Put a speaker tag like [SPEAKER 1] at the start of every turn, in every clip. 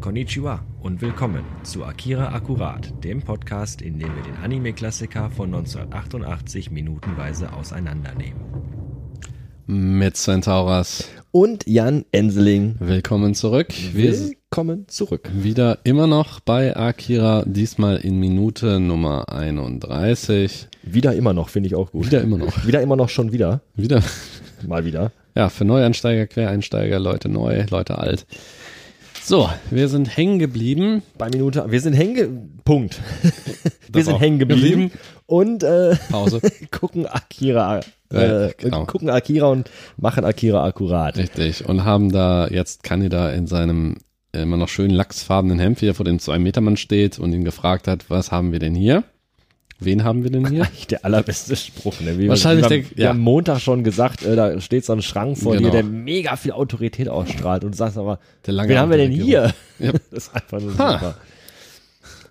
[SPEAKER 1] Konnichiwa und willkommen zu Akira Akkurat, dem Podcast, in dem wir den Anime-Klassiker von 1988 minutenweise auseinandernehmen.
[SPEAKER 2] Mit Centauras.
[SPEAKER 1] Und Jan Enseling.
[SPEAKER 2] Willkommen zurück. Wir sind
[SPEAKER 1] Willkommen zurück.
[SPEAKER 2] wieder immer noch bei Akira, diesmal in Minute Nummer 31.
[SPEAKER 3] Wieder immer noch, finde ich auch gut.
[SPEAKER 2] Wieder immer noch.
[SPEAKER 3] Wieder immer noch schon wieder.
[SPEAKER 2] Wieder.
[SPEAKER 3] Mal wieder.
[SPEAKER 2] Ja, für Neueinsteiger, Quereinsteiger, Leute neu, Leute alt. So, wir sind hängen geblieben.
[SPEAKER 3] Bei Minute. Wir sind hängen. ge- Punkt. Wir
[SPEAKER 2] Das
[SPEAKER 3] sind
[SPEAKER 2] auch.
[SPEAKER 3] hängen geblieben.
[SPEAKER 2] Geblieben.
[SPEAKER 3] Und äh,
[SPEAKER 2] Pause.
[SPEAKER 3] gucken Akira. Äh,
[SPEAKER 2] Ja, genau.
[SPEAKER 3] Gucken Akira und machen Akira akkurat.
[SPEAKER 2] Richtig. Und haben da jetzt Kaneda in seinem immer noch schönen lachsfarbenen Hemd, wie er vor dem 2-Meter-Mann steht und ihn gefragt hat, was haben wir denn hier? Wen haben wir denn hier?
[SPEAKER 3] Eigentlich Der allerbeste Spruch. Ne? Wie
[SPEAKER 2] Wahrscheinlich
[SPEAKER 3] Wir, wie
[SPEAKER 2] der-
[SPEAKER 3] wir
[SPEAKER 2] ja.
[SPEAKER 3] haben Montag schon gesagt, äh, da steht so ein Schrank vor
[SPEAKER 2] Genau.
[SPEAKER 3] dir, der mega viel Autorität ausstrahlt. Und du sagst aber,
[SPEAKER 2] Der lange
[SPEAKER 3] wen haben wir denn
[SPEAKER 2] Regierung.
[SPEAKER 3] hier?
[SPEAKER 2] Ja.
[SPEAKER 3] Das ist einfach nur
[SPEAKER 2] Ha.
[SPEAKER 3] super.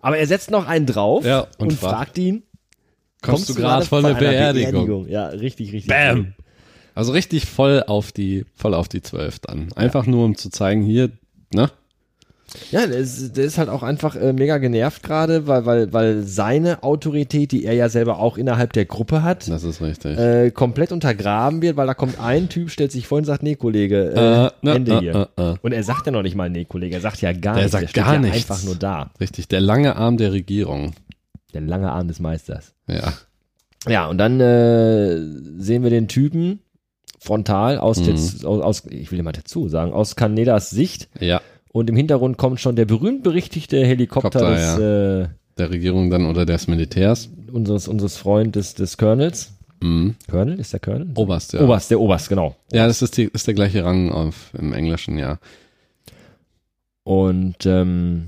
[SPEAKER 3] Aber er setzt noch einen drauf
[SPEAKER 2] Ja, und
[SPEAKER 3] und,
[SPEAKER 2] fragt-
[SPEAKER 3] fragt ihn,
[SPEAKER 2] Kommst, du gerade von der
[SPEAKER 3] von einer
[SPEAKER 2] Beerdigung?
[SPEAKER 3] Ja, richtig, richtig.
[SPEAKER 2] Bam. Also richtig voll auf die, voll auf die 12 dann. Einfach nur, um zu zeigen, hier, ne?
[SPEAKER 3] Ja, der ist, der ist halt auch einfach äh, mega genervt gerade, weil, weil, weil seine Autorität, die er ja selber auch innerhalb der Gruppe hat,
[SPEAKER 2] Das ist richtig.
[SPEAKER 3] äh, komplett untergraben wird, weil da kommt ein Typ, stellt sich vor und sagt, nee, Kollege, äh,
[SPEAKER 2] Äh, ne,
[SPEAKER 3] Ende
[SPEAKER 2] äh,
[SPEAKER 3] hier.
[SPEAKER 2] äh, äh.
[SPEAKER 3] Und er sagt ja noch nicht mal, nee, Kollege, er sagt ja gar
[SPEAKER 2] Der
[SPEAKER 3] nichts.
[SPEAKER 2] sagt
[SPEAKER 3] er steht
[SPEAKER 2] gar
[SPEAKER 3] ja
[SPEAKER 2] nichts.
[SPEAKER 3] einfach nur da.
[SPEAKER 2] Richtig, der lange Arm der Regierung.
[SPEAKER 3] Der lange Arm des Meisters.
[SPEAKER 2] Ja.
[SPEAKER 3] Ja, und dann äh, sehen wir den Typen frontal aus, Tetsu- aus, aus ich will immer dazu sagen, aus Kanedas Sicht.
[SPEAKER 2] Ja.
[SPEAKER 3] Und im Hintergrund kommt schon der berühmt berichtigte Helikopter
[SPEAKER 2] Kopter,
[SPEAKER 3] des, äh,
[SPEAKER 2] Der Regierung dann oder des Militärs.
[SPEAKER 3] unseres, unseres Freundes des Colonels.
[SPEAKER 2] Mhm.
[SPEAKER 3] Colonel, ist der Colonel?
[SPEAKER 2] Oberst, ja.
[SPEAKER 3] Oberst, der Oberst, genau.
[SPEAKER 2] Ja, das ist, die, ist der gleiche Rang auf, im Englischen, ja.
[SPEAKER 3] Und ähm,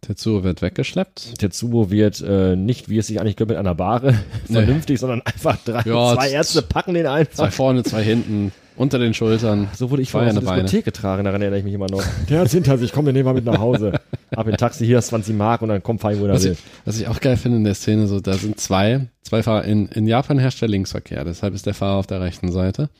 [SPEAKER 2] Tetsuo wird weggeschleppt.
[SPEAKER 3] Tetsuo wird äh, nicht, wie es sich eigentlich gehört, mit einer Bahre
[SPEAKER 2] Nee.
[SPEAKER 3] vernünftig, sondern einfach drei,
[SPEAKER 2] Ja,
[SPEAKER 3] zwei
[SPEAKER 2] z-
[SPEAKER 3] Ärzte packen den
[SPEAKER 2] Zwei
[SPEAKER 3] einfach.
[SPEAKER 2] vorne, zwei hinten, unter den Schultern.
[SPEAKER 3] So wurde ich
[SPEAKER 2] Zwei
[SPEAKER 3] vorher aus der
[SPEAKER 2] an der
[SPEAKER 3] Diskothek getragen, daran erinnere ich mich immer noch. Der hat's hinter sich, komm, den nehmen wir mit nach Hause. Ab in den Taxi, hier ist 20 Mark und dann komm, fahr ich, wo der
[SPEAKER 2] Was
[SPEAKER 3] will.
[SPEAKER 2] ich, was ich auch geil finde in der Szene, so da sind zwei, zwei Fahrer. In, in Japan herrscht der Linksverkehr, deshalb ist der Fahrer auf der rechten Seite.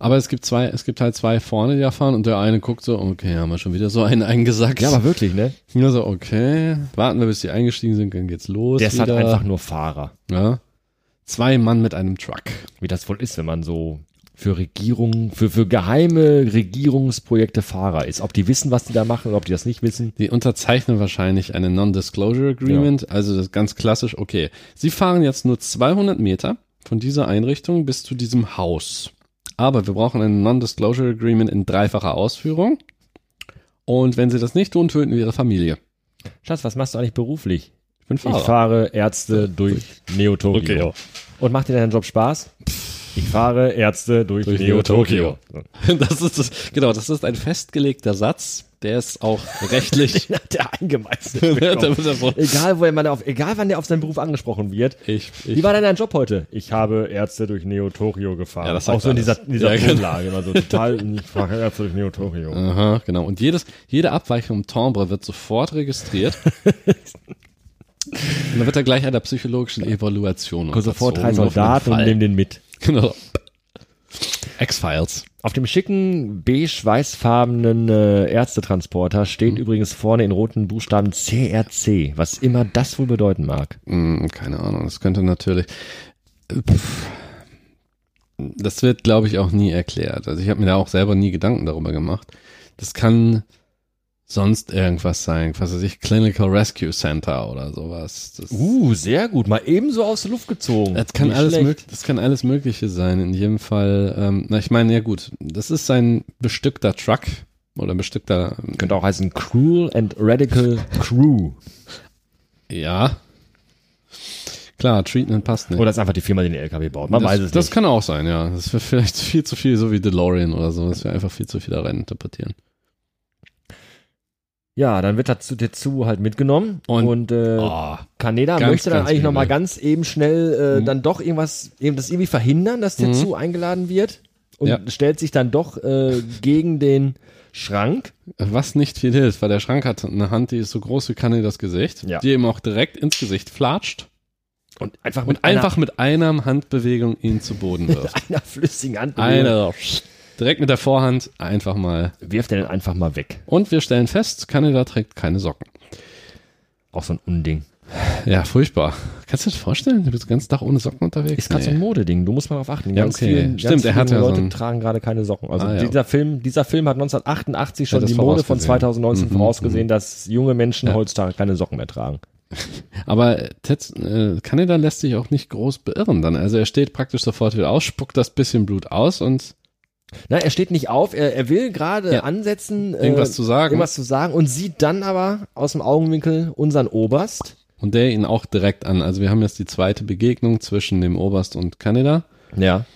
[SPEAKER 2] Aber es gibt zwei, es gibt halt zwei vorne, die da fahren und der eine guckt so, okay, haben wir schon wieder so einen eingesackt.
[SPEAKER 3] Ja, aber wirklich, ne?
[SPEAKER 2] Nur so, okay, warten wir, bis die eingestiegen sind, dann geht's los.
[SPEAKER 3] Der ist halt
[SPEAKER 2] wieder.
[SPEAKER 3] einfach nur Fahrer.
[SPEAKER 2] ja. Zwei Mann mit einem Truck.
[SPEAKER 3] Wie das wohl ist, wenn man so für Regierungen, für, für geheime Regierungsprojekte Fahrer ist. Ob die wissen, was die da machen oder ob die das nicht wissen.
[SPEAKER 2] Die unterzeichnen wahrscheinlich eine Non-Disclosure Agreement, also das ist ganz klassisch, okay. Sie fahren jetzt nur 200 Meter von dieser Einrichtung bis zu diesem Haus. Aber wir brauchen ein Non-Disclosure Agreement in dreifacher Ausführung. Und wenn sie das nicht tun, töten wir ihre Familie.
[SPEAKER 3] Schatz, was machst du eigentlich beruflich?
[SPEAKER 2] Ich bin Fahrer.
[SPEAKER 3] Ich fahre Ärzte durch Neo Tokio.
[SPEAKER 2] Okay.
[SPEAKER 3] Und macht dir deinen Job Spaß? Ich fahre Ärzte durch,
[SPEAKER 2] Durch
[SPEAKER 3] Neo
[SPEAKER 2] Neo-Tokio.
[SPEAKER 3] Tokio.
[SPEAKER 2] Das ist das, genau, das ist ein festgelegter Satz, der ist auch rechtlich.
[SPEAKER 3] Den hat der eingemeißelt. bekommen.
[SPEAKER 2] ich,
[SPEAKER 3] egal, wo er mal auf, egal wann der auf seinen Beruf angesprochen wird. Wie
[SPEAKER 2] ich,
[SPEAKER 3] war denn dein Job heute? Ich habe Ärzte durch Neo Tokio gefahren.
[SPEAKER 2] Ja, das sagt
[SPEAKER 3] Auch so in
[SPEAKER 2] alles.
[SPEAKER 3] dieser, in dieser
[SPEAKER 2] Ja, genau.
[SPEAKER 3] Tonlage. Also total, ich fahre Ärzte durch Neo Tokio.
[SPEAKER 2] Aha, genau. Und jedes, jede Abweichung im Timbre wird sofort registriert. und dann wird er gleich einer psychologischen Evaluation
[SPEAKER 3] Kommen sofort drei
[SPEAKER 2] unterzogen, auf jeden
[SPEAKER 3] Soldaten und
[SPEAKER 2] Fall.
[SPEAKER 3] nehmen den mit.
[SPEAKER 2] Genau. X-Files.
[SPEAKER 3] Auf dem schicken, beige-weißfarbenen äh, Ärztetransporter steht
[SPEAKER 2] Hm.
[SPEAKER 3] übrigens vorne in roten Buchstaben CRC, was immer das wohl bedeuten mag.
[SPEAKER 2] Hm, keine Ahnung. Das könnte natürlich. Pff. Das wird, glaube ich, auch nie erklärt. Also ich habe mir da auch selber nie Gedanken darüber gemacht. Das kann sonst irgendwas sein. Was weiß ich, Clinical Rescue Center oder sowas. Das,
[SPEAKER 3] Uh, sehr gut. Mal ebenso aus der Luft gezogen.
[SPEAKER 2] Das kann,
[SPEAKER 3] Nicht
[SPEAKER 2] alles
[SPEAKER 3] schlecht.
[SPEAKER 2] mög- das kann alles Mögliche sein. In jedem Fall, ähm, na, ich meine, ja gut, das ist ein bestückter Truck oder bestückter,
[SPEAKER 3] Könnte auch heißen Cruel and Radical Crew.
[SPEAKER 2] ja. Klar, Treatment passt nicht.
[SPEAKER 3] Oder ist einfach die Firma, die den LKW baut. Man
[SPEAKER 2] das,
[SPEAKER 3] weiß es
[SPEAKER 2] das
[SPEAKER 3] nicht.
[SPEAKER 2] kann auch sein, ja. Das wäre vielleicht viel zu viel, so wie DeLorean oder so, dass wir einfach viel zu viel da rein interpretieren.
[SPEAKER 3] Ja, dann wird dazu, dazu halt mitgenommen.
[SPEAKER 2] Und-
[SPEAKER 3] Und, äh,
[SPEAKER 2] Oh,
[SPEAKER 3] Kaneda
[SPEAKER 2] Ganz,
[SPEAKER 3] möchte dann
[SPEAKER 2] ganz
[SPEAKER 3] eigentlich nochmal
[SPEAKER 2] übel.
[SPEAKER 3] ganz eben schnell äh, dann doch irgendwas, eben das irgendwie verhindern, dass Tetsu eingeladen wird und
[SPEAKER 2] Ja.
[SPEAKER 3] stellt sich dann doch äh, gegen den Schrank.
[SPEAKER 2] was nicht viel hilft, weil der Schrank hat eine Hand, die ist so groß wie Kanne das Gesicht,
[SPEAKER 3] Ja.
[SPEAKER 2] die ihm auch direkt ins Gesicht flatscht
[SPEAKER 3] Und einfach mit
[SPEAKER 2] und einfach mit einer Handbewegung ihn zu Boden wirft.
[SPEAKER 3] einer, einer flüssigen Hand.
[SPEAKER 2] Eine Direkt mit der Vorhand einfach mal.
[SPEAKER 3] Wirft den einfach mal weg.
[SPEAKER 2] Und wir stellen fest, Kanada trägt keine Socken.
[SPEAKER 3] Auch so ein Unding.
[SPEAKER 2] Ja, furchtbar. Kannst du dir das vorstellen? Du bist den ganzen Tag ohne Socken unterwegs?
[SPEAKER 3] Ist gerade so ein Modeding, du musst mal drauf achten.
[SPEAKER 2] Ja, okay. Stimmt, er hat
[SPEAKER 3] viele
[SPEAKER 2] ja so
[SPEAKER 3] Leute
[SPEAKER 2] ein-
[SPEAKER 3] tragen gerade keine Socken. Also
[SPEAKER 2] Ah, ja.
[SPEAKER 3] dieser, Film, dieser Film hat 1988 schon
[SPEAKER 2] das
[SPEAKER 3] die Mode von
[SPEAKER 2] vorausgesehen. Mhm,
[SPEAKER 3] 2019 vorausgesehen, dass junge Menschen heutzutage keine Socken mehr tragen.
[SPEAKER 2] Aber Ted, äh, Kanada lässt sich auch nicht groß beirren dann. Also er steht praktisch sofort wieder auf, spuckt das bisschen Blut aus und
[SPEAKER 3] Na, er steht nicht auf, er, er will gerade
[SPEAKER 2] Ja.
[SPEAKER 3] ansetzen, äh,
[SPEAKER 2] Irgendwas zu sagen.
[SPEAKER 3] irgendwas zu sagen und sieht dann aber aus dem Augenwinkel unseren Oberst.
[SPEAKER 2] und der ihn auch direkt an. Also wir haben jetzt die zweite Begegnung zwischen dem Oberst und Kanada.
[SPEAKER 3] Ja.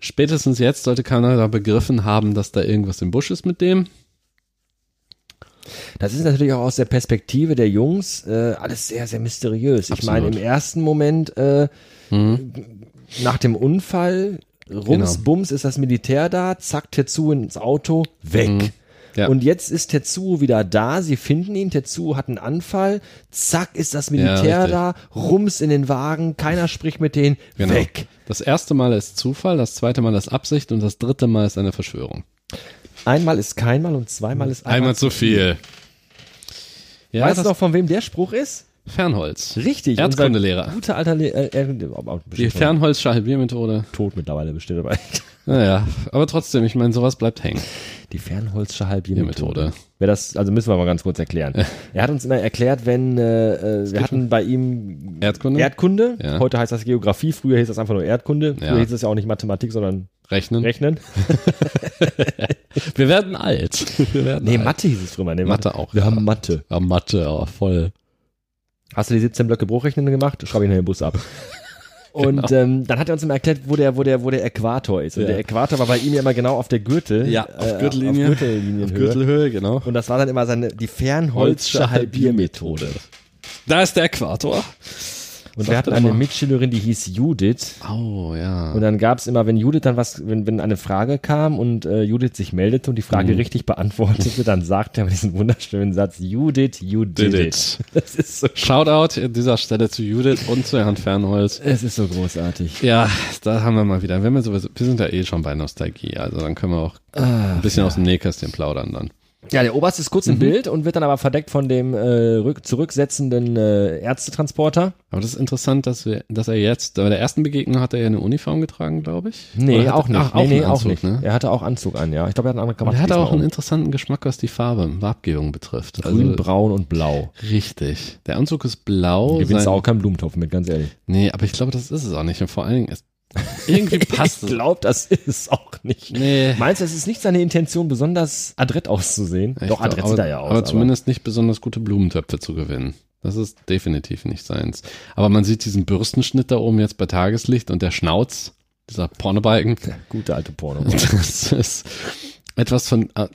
[SPEAKER 2] Spätestens jetzt sollte Kanada begriffen haben, dass da irgendwas im Busch ist mit dem.
[SPEAKER 3] Das ist natürlich auch aus der Perspektive der Jungs äh, alles sehr, sehr mysteriös. Ich
[SPEAKER 2] Absolut. Mhm.
[SPEAKER 3] meine, im ersten Moment äh, nach dem Unfall, Rums,
[SPEAKER 2] Genau.
[SPEAKER 3] Bums ist das Militär da, zack, Tetsu ins Auto, weg.
[SPEAKER 2] Mhm. Ja.
[SPEAKER 3] Und jetzt ist Tetsu wieder da, sie finden ihn, Tetsu hat einen Anfall, zack, ist das
[SPEAKER 2] Ja,
[SPEAKER 3] Militär
[SPEAKER 2] richtig.
[SPEAKER 3] da, Rums in den Wagen, keiner spricht mit denen, weg.
[SPEAKER 2] Genau. Das erste Mal ist Zufall, das zweite Mal ist Absicht und das dritte Mal ist eine Verschwörung.
[SPEAKER 3] Einmal ist keinmal und zweimal ist einmal.
[SPEAKER 2] Einmal zu viel. Ja,
[SPEAKER 3] weißt du
[SPEAKER 2] das-
[SPEAKER 3] noch, von wem der Spruch ist?
[SPEAKER 2] Fernholz.
[SPEAKER 3] Richtig. unser
[SPEAKER 2] Erdkundelehrer.
[SPEAKER 3] Guter alter Le äh, äh,
[SPEAKER 2] Die
[SPEAKER 3] bestimmt schon
[SPEAKER 2] Fernholz-Schalbiermethode.
[SPEAKER 3] tot mittlerweile bestimmt dabei.
[SPEAKER 2] Naja, aber trotzdem, ich meine, sowas bleibt hängen.
[SPEAKER 3] Die Fernholzsche
[SPEAKER 2] Die
[SPEAKER 3] Halbiermethode.
[SPEAKER 2] Methode.
[SPEAKER 3] Wer das, also müssen wir mal ganz kurz erklären. Er hat uns immer erklärt, wenn äh, äh, wir hatten bei ihm
[SPEAKER 2] Erdkunde?
[SPEAKER 3] Erdkunde,
[SPEAKER 2] Ja.
[SPEAKER 3] heute heißt das Geografie, früher hieß das einfach nur Erdkunde, früher
[SPEAKER 2] Ja.
[SPEAKER 3] hieß es ja auch nicht Mathematik, sondern
[SPEAKER 2] Rechnen.
[SPEAKER 3] Rechnen.
[SPEAKER 2] Wir werden alt. Wir werden
[SPEAKER 3] Nee,
[SPEAKER 2] alt.
[SPEAKER 3] Mathe hieß es früher. Nee,
[SPEAKER 2] Mathe auch,
[SPEAKER 3] Wir
[SPEAKER 2] ja.
[SPEAKER 3] haben Mathe.
[SPEAKER 2] Ja, Mathe, oh, voll.
[SPEAKER 3] Hast du die 17 Blöcke Bruchrechnen gemacht? Schreib ihn in den Bus ab. Und ähm, dann hat er uns immer erklärt, wo der, wo der, wo der Äquator ist. Und
[SPEAKER 2] Genau. Ja.
[SPEAKER 3] der Äquator war bei ihm ja immer genau auf der Gürtel. äh,
[SPEAKER 2] Ja, Äh, auf Gürtellinie.
[SPEAKER 3] Auf Gürtellinienhöhe.
[SPEAKER 2] Gürtelhöhe, genau.
[SPEAKER 3] Und das war dann immer seine, die Fernholzsche
[SPEAKER 2] Holzsche
[SPEAKER 3] Halbiermethode.
[SPEAKER 2] Da ist der Äquator.
[SPEAKER 3] Und wir hatten eine Mitschülerin, die hieß Judith.
[SPEAKER 2] Oh, ja.
[SPEAKER 3] Und dann gab's immer, wenn Judith dann was, wenn, wenn eine Frage kam und äh, Judith sich meldete und die Frage richtig beantwortete, dann sagte er mit diesem wunderschönen Satz, Judith, you did,
[SPEAKER 2] Did
[SPEAKER 3] it.
[SPEAKER 2] it.
[SPEAKER 3] Das ist so,
[SPEAKER 2] Shoutout an dieser Stelle zu Judith und zu Herrn Fernholz.
[SPEAKER 3] es ist so großartig.
[SPEAKER 2] Ja, da haben wir mal wieder. Wenn wir sowieso, wir sind ja eh schon bei Nostalgie, also dann können wir auch
[SPEAKER 3] Ah,
[SPEAKER 2] ein bisschen aus dem Nähkästchen plaudern dann.
[SPEAKER 3] Ja, der Oberst ist kurz im Bild und wird dann aber verdeckt von dem äh, rück, zurücksetzenden äh, Ärztetransporter.
[SPEAKER 2] Aber das ist interessant, dass wir, dass er jetzt, bei der ersten Begegnung hat er ja eine Uniform getragen, glaube ich. Oder
[SPEAKER 3] Nee,
[SPEAKER 2] hat
[SPEAKER 3] auch
[SPEAKER 2] er-
[SPEAKER 3] nicht.
[SPEAKER 2] Ach,
[SPEAKER 3] nee, nee,
[SPEAKER 2] einen
[SPEAKER 3] auch
[SPEAKER 2] Anzug,
[SPEAKER 3] nicht.
[SPEAKER 2] Ne?
[SPEAKER 3] Er hatte auch Anzug an, ja. Ich glaube, er hat einen anderen
[SPEAKER 2] Und
[SPEAKER 3] Krawatte.
[SPEAKER 2] er hat auch einen
[SPEAKER 3] diesmal
[SPEAKER 2] interessanten Geschmack, was die Farbe, Farbgebung betrifft.
[SPEAKER 3] um. Grün,
[SPEAKER 2] Also,
[SPEAKER 3] braun und blau.
[SPEAKER 2] richtig. Der Anzug ist blau.
[SPEAKER 3] Gewinnst
[SPEAKER 2] sein-
[SPEAKER 3] auch keinen Blumentopf mit, ganz ehrlich.
[SPEAKER 2] Nee, aber ich glaube, das ist es auch nicht. Und vor allen Dingen, es, irgendwie passt
[SPEAKER 3] ich
[SPEAKER 2] es.
[SPEAKER 3] glaube, das ist es auch nicht.
[SPEAKER 2] Nee.
[SPEAKER 3] Meinst du, es ist nicht seine Intention, besonders adrett auszusehen?
[SPEAKER 2] Ich
[SPEAKER 3] Doch,
[SPEAKER 2] glaub,
[SPEAKER 3] adrett
[SPEAKER 2] aber,
[SPEAKER 3] sieht er ja aus.
[SPEAKER 2] Aber zumindest nicht besonders gute Blumentöpfe zu gewinnen. Das ist definitiv nicht seins. Aber man sieht diesen Bürstenschnitt da oben jetzt bei Tageslicht und der Schnauz, dieser Pornobalken.
[SPEAKER 3] Gute alte Porno.
[SPEAKER 2] Das ist etwas von. äh,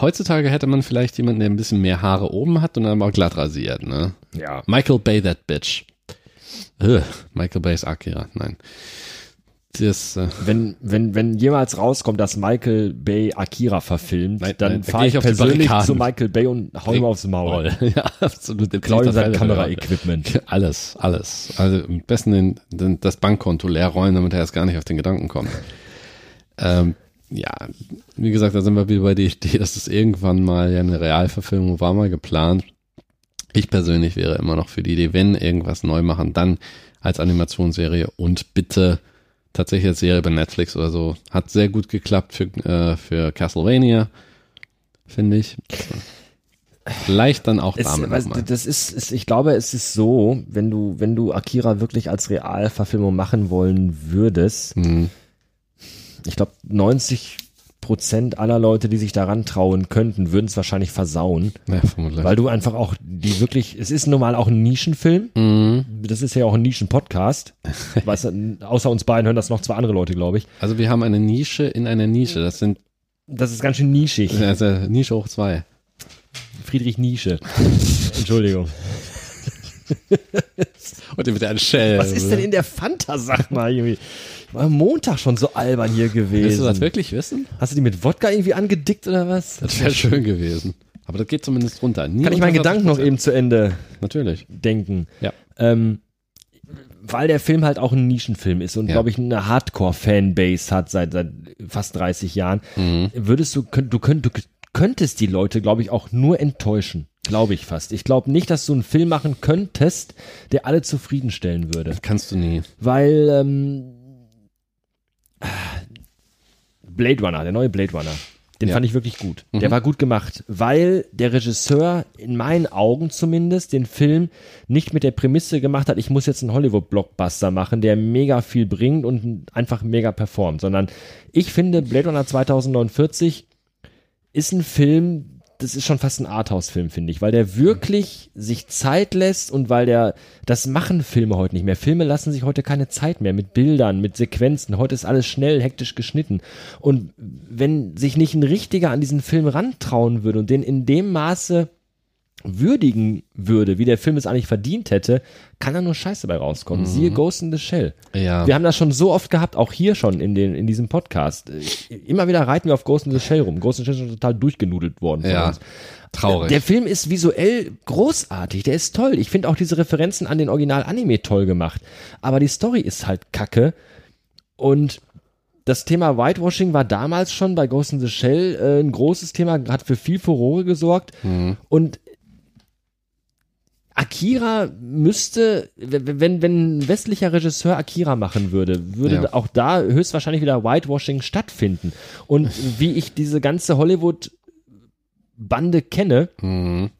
[SPEAKER 2] Heutzutage hätte man vielleicht jemanden, der ein bisschen mehr Haare oben hat und dann aber glatt rasiert, ne?
[SPEAKER 3] ja.
[SPEAKER 2] Michael Bay, that bitch. Ugh, Michael Bay's Akira, nein. Das, äh,
[SPEAKER 3] Wenn, wenn, wenn jemals rauskommt, dass Michael Bay Akira verfilmt,
[SPEAKER 2] Nein,
[SPEAKER 3] dann
[SPEAKER 2] nein, da
[SPEAKER 3] fahre
[SPEAKER 2] geh
[SPEAKER 3] ich
[SPEAKER 2] ich auf die
[SPEAKER 3] persönlich
[SPEAKER 2] Barrikaden.
[SPEAKER 3] zu Michael Bay und hau ihm aufs Maul.
[SPEAKER 2] ja, absolut.
[SPEAKER 3] Klau ihm sein
[SPEAKER 2] Definitiv.
[SPEAKER 3] Kameraequipment.
[SPEAKER 2] Alles, alles. Also am besten den, den, das Bankkonto leer räumen, damit er erst gar nicht auf den Gedanken kommt. ähm, ja, wie gesagt, da sind wir wieder bei der Idee, dass es irgendwann mal ja eine Realverfilmung war mal geplant. Ich persönlich wäre immer noch für die Idee, wenn irgendwas neu machen, dann als Animationsserie und bitte tatsächlich als Serie bei Netflix oder so. Hat sehr gut geklappt für, äh, für Castlevania, finde ich. Vielleicht dann auch
[SPEAKER 3] Es,
[SPEAKER 2] damit
[SPEAKER 3] weißt du,
[SPEAKER 2] nochmal.
[SPEAKER 3] das ist, ist, ich glaube, es ist so, wenn du, wenn du Akira wirklich als Realverfilmung machen wollen würdest,
[SPEAKER 2] Mhm.
[SPEAKER 3] ich glaube, 90 Prozent aller Leute, die sich daran trauen könnten, würden es wahrscheinlich versauen.
[SPEAKER 2] Ja, vermutlich.
[SPEAKER 3] Weil du einfach auch die wirklich, es ist normal auch ein Nischenfilm.
[SPEAKER 2] Mhm.
[SPEAKER 3] Das ist ja auch ein Nischenpodcast. Weißt du, außer uns beiden hören das noch zwei andere Leute, glaube ich.
[SPEAKER 2] Also wir haben eine Nische in einer Nische. Das sind
[SPEAKER 3] Das ist ganz schön nischig.
[SPEAKER 2] also Nische hoch zwei.
[SPEAKER 3] Friedrich Nische. Entschuldigung.
[SPEAKER 2] Und mit ein Shell.
[SPEAKER 3] Was ist denn in der Fanta, sag mal, irgendwie? Ich war am Montag schon so albern hier gewesen.
[SPEAKER 2] Willst du das wirklich wissen?
[SPEAKER 3] Hast du die mit Wodka irgendwie angedickt oder was?
[SPEAKER 2] Das wäre schön gewesen. Aber das geht zumindest runter. Nie
[SPEAKER 3] Kann ich meinen
[SPEAKER 2] unter
[SPEAKER 3] Gedanken noch
[SPEAKER 2] 20%.
[SPEAKER 3] eben zu Ende
[SPEAKER 2] Natürlich.
[SPEAKER 3] denken?
[SPEAKER 2] Ja.
[SPEAKER 3] Ähm, weil der Film halt auch ein Nischenfilm ist und,
[SPEAKER 2] Ja.
[SPEAKER 3] glaube ich, eine Hardcore-Fanbase hat seit, seit fast 30 Jahren, würdest du, könnt, du, könnt, du könntest die Leute, glaube ich, auch nur enttäuschen. Glaube ich fast. Ich glaube nicht, dass du einen Film machen könntest, der alle zufriedenstellen würde.
[SPEAKER 2] Kannst du nie.
[SPEAKER 3] Weil, ähm, Blade Runner, der neue Blade Runner. Den
[SPEAKER 2] Ja.
[SPEAKER 3] fand ich wirklich gut. Der war gut gemacht, weil der Regisseur in meinen Augen zumindest den Film nicht mit der Prämisse gemacht hat, ich muss jetzt einen Hollywood-Blockbuster machen, der mega viel bringt und einfach mega performt, sondern ich finde Blade Runner 2049 ist ein Film, das ist schon fast ein Arthouse-Film, finde ich, weil der wirklich sich Zeit lässt und weil der, das machen Filme heute nicht mehr. Filme lassen sich heute keine Zeit mehr mit Bildern, mit Sequenzen. Heute ist alles schnell, hektisch geschnitten. Und wenn sich nicht ein Richtiger an diesen Film rantrauen würde und den in dem Maße würdigen würde, wie der Film es eigentlich verdient hätte, kann da nur Scheiße bei rauskommen. Siehe Ghost in the Shell.
[SPEAKER 2] Ja.
[SPEAKER 3] Wir haben das schon so oft gehabt, auch hier schon in, den, in diesem Podcast. Äh, Immer wieder reiten wir auf Ghost in the Shell rum. Ghost in the Shell ist schon total durchgenudelt worden von
[SPEAKER 2] Ja.
[SPEAKER 3] uns.
[SPEAKER 2] Traurig.
[SPEAKER 3] Der Film ist visuell großartig, der ist toll. Ich finde auch diese Referenzen an den Original-Anime toll gemacht. Aber die Story ist halt kacke. Und das Thema Whitewashing war damals schon bei Ghost in the Shell äh, ein großes Thema, hat für viel Furore gesorgt. Und Akira müsste, w- w- wenn, wenn ein westlicher Regisseur Akira machen würde, würde
[SPEAKER 2] Ja.
[SPEAKER 3] auch da höchstwahrscheinlich wieder Whitewashing stattfinden. Und wie ich diese ganze Hollywood-Bande kenne,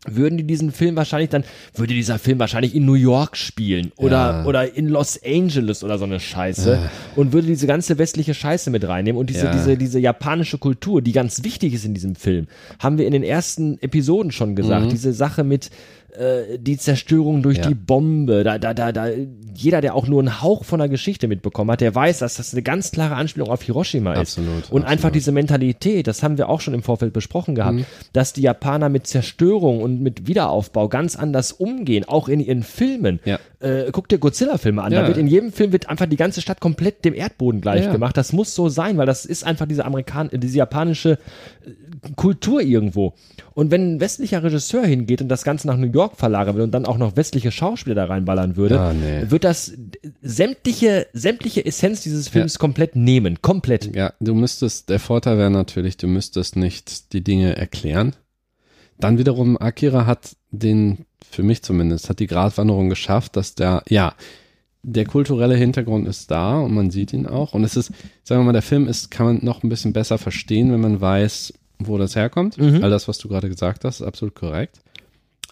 [SPEAKER 3] würden die diesen Film wahrscheinlich dann, würde dieser Film wahrscheinlich in New York spielen oder,
[SPEAKER 2] Ja.
[SPEAKER 3] oder in Los Angeles oder so eine Scheiße und würde diese ganze westliche Scheiße mit reinnehmen und diese,
[SPEAKER 2] Ja.
[SPEAKER 3] diese, diese japanische Kultur, die ganz wichtig ist in diesem Film, haben wir in den ersten Episoden schon gesagt, diese Sache mit äh, die Zerstörung durch
[SPEAKER 2] Mhm. Ja.
[SPEAKER 3] die Bombe, da, da, da, da, jeder, der auch nur einen Hauch von der Geschichte mitbekommen hat, der weiß, dass das eine ganz klare Anspielung auf Hiroshima ist.
[SPEAKER 2] Absolut,
[SPEAKER 3] Und einfach
[SPEAKER 2] absolut.
[SPEAKER 3] diese Mentalität, das haben wir auch schon im Vorfeld besprochen gehabt,
[SPEAKER 2] Mhm.
[SPEAKER 3] dass die Japaner mit Zerstörung und mit Wiederaufbau ganz anders umgehen, auch in ihren Filmen.
[SPEAKER 2] Ja.
[SPEAKER 3] Äh, guck dir Godzilla-Filme an, da
[SPEAKER 2] Ja.
[SPEAKER 3] wird in jedem Film wird einfach die ganze Stadt komplett dem Erdboden gleich
[SPEAKER 2] Ja.
[SPEAKER 3] gemacht. Das muss so sein, weil das ist einfach diese Amerikan äh, diese japanische äh, Kultur irgendwo. Und wenn ein westlicher Regisseur hingeht und das Ganze nach New York verlagern will und dann auch noch westliche Schauspieler da reinballern würde,
[SPEAKER 2] Ah, nee.
[SPEAKER 3] wird das äh, sämtliche, sämtliche Essenz dieses Films komplett nehmen. Komplett.
[SPEAKER 2] Ja, du müsstest, der Vorteil wäre natürlich, du müsstest nicht die Dinge erklären. Dann wiederum, Akira hat den, für mich zumindest, hat die Gratwanderung geschafft, dass der, ja, der kulturelle Hintergrund ist da und man sieht ihn auch. Und es ist, sagen wir mal, der Film ist, kann man noch ein bisschen besser verstehen, wenn man weiß, wo das herkommt. All das, was du gerade gesagt hast, ist absolut korrekt.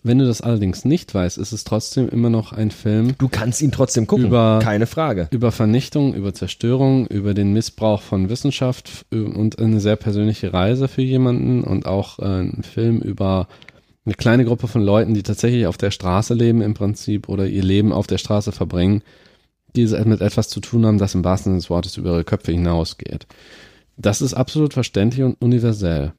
[SPEAKER 2] Wenn du das allerdings nicht weißt, ist es trotzdem immer noch ein Film,
[SPEAKER 3] Du kannst ihn trotzdem gucken.
[SPEAKER 2] Über-
[SPEAKER 3] Keine Frage.
[SPEAKER 2] über Vernichtung, über Zerstörung, über den Missbrauch von Wissenschaft f- und eine sehr persönliche Reise für jemanden und auch äh, ein Film über eine kleine Gruppe von Leuten, die tatsächlich auf der Straße leben im Prinzip oder ihr Leben auf der Straße verbringen, die es mit etwas zu tun haben, das im wahrsten Sinne des Wortes über ihre Köpfe hinausgeht. Das ist absolut verständlich und universell.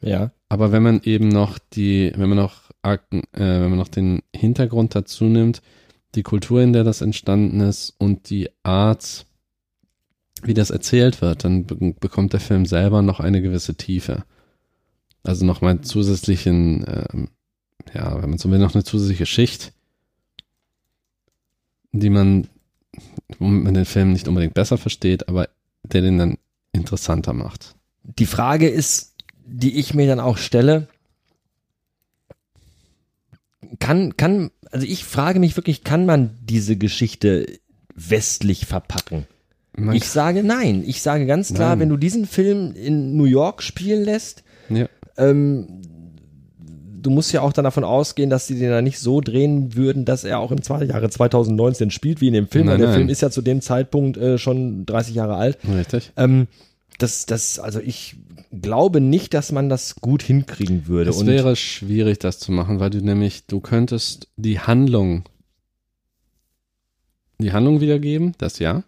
[SPEAKER 3] Ja.
[SPEAKER 2] Aber wenn man eben noch die, wenn man noch, ak- äh, wenn man noch den Hintergrund dazu nimmt, die Kultur, in der das entstanden ist und die Art, wie das erzählt wird, dann be bekommt der Film selber noch eine gewisse Tiefe. Also nochmal zusätzlichen, ähm, ja, wenn man so will, noch eine zusätzliche Schicht, die man, womit man den Film nicht unbedingt besser versteht, aber der den dann interessanter macht.
[SPEAKER 3] Die Frage ist, die ich mir dann auch stelle, kann, kann, also ich frage mich wirklich, kann man diese Geschichte westlich verpacken?
[SPEAKER 2] Man-
[SPEAKER 3] Ich sage nein. Ich sage ganz klar,
[SPEAKER 2] Nein.
[SPEAKER 3] wenn du diesen Film in New York spielen lässt,
[SPEAKER 2] ja.
[SPEAKER 3] ähm, du musst ja auch dann davon ausgehen, dass sie den da nicht so drehen würden, dass er auch im zwei, Jahre 2019 spielt, wie in dem Film.
[SPEAKER 2] Nein,
[SPEAKER 3] weil der
[SPEAKER 2] nein.
[SPEAKER 3] Film ist ja zu dem Zeitpunkt äh, schon 30 Jahre alt.
[SPEAKER 2] Richtig.
[SPEAKER 3] Ähm, das, das, also ich glaube nicht, dass man das gut hinkriegen würde.
[SPEAKER 2] Es wäre schwierig, das zu machen, weil du nämlich, du könntest die Handlung, die Handlung wiedergeben, das ja.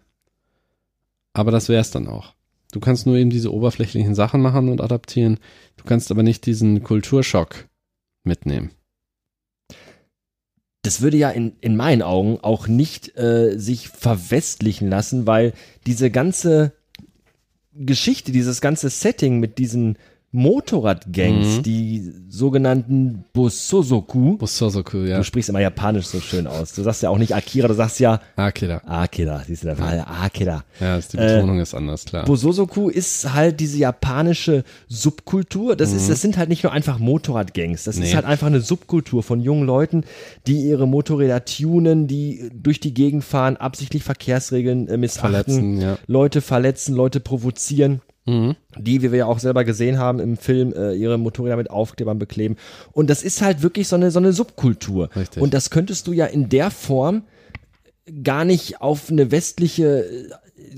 [SPEAKER 2] Aber das wäre es dann auch. Du kannst nur eben diese oberflächlichen Sachen machen und adaptieren. Du kannst aber nicht diesen Kulturschock mitnehmen.
[SPEAKER 3] das würde ja in, in meinen Augen auch nicht äh, sich verwestlichen lassen, weil diese ganze Geschichte, dieses ganze Setting mit diesen
[SPEAKER 2] Mhm.
[SPEAKER 3] Motorradgangs, die sogenannten Bosozoku.
[SPEAKER 2] Muss so, so cool, ja.
[SPEAKER 3] Du sprichst immer japanisch so schön aus. Du sagst ja auch nicht Akira, du sagst ja
[SPEAKER 2] Ah, okay, da. Äh,
[SPEAKER 3] Akira. Siehst du, da war ja Akira.
[SPEAKER 2] Ja, ist- die Betonung ist anders, klar.
[SPEAKER 3] Bosozoku ist halt diese japanische Subkultur. Das,
[SPEAKER 2] Mhm.
[SPEAKER 3] ist, das sind halt nicht nur einfach Motorradgangs. Das ist halt einfach eine Subkultur von jungen Leuten, die ihre Motorräder tunen, die durch die Gegend fahren, absichtlich Verkehrsregeln äh, missachten,
[SPEAKER 2] Verletzen, ja. Mhm.
[SPEAKER 3] Leute verletzen, Leute provozieren. Die, wie wir ja auch selber gesehen haben im Film, äh, ihre Motorräder mit Aufklebern bekleben. Und das ist halt wirklich so eine, so eine Subkultur.
[SPEAKER 2] Richtig.
[SPEAKER 3] Und das könntest du ja in der Form gar nicht auf eine westliche äh,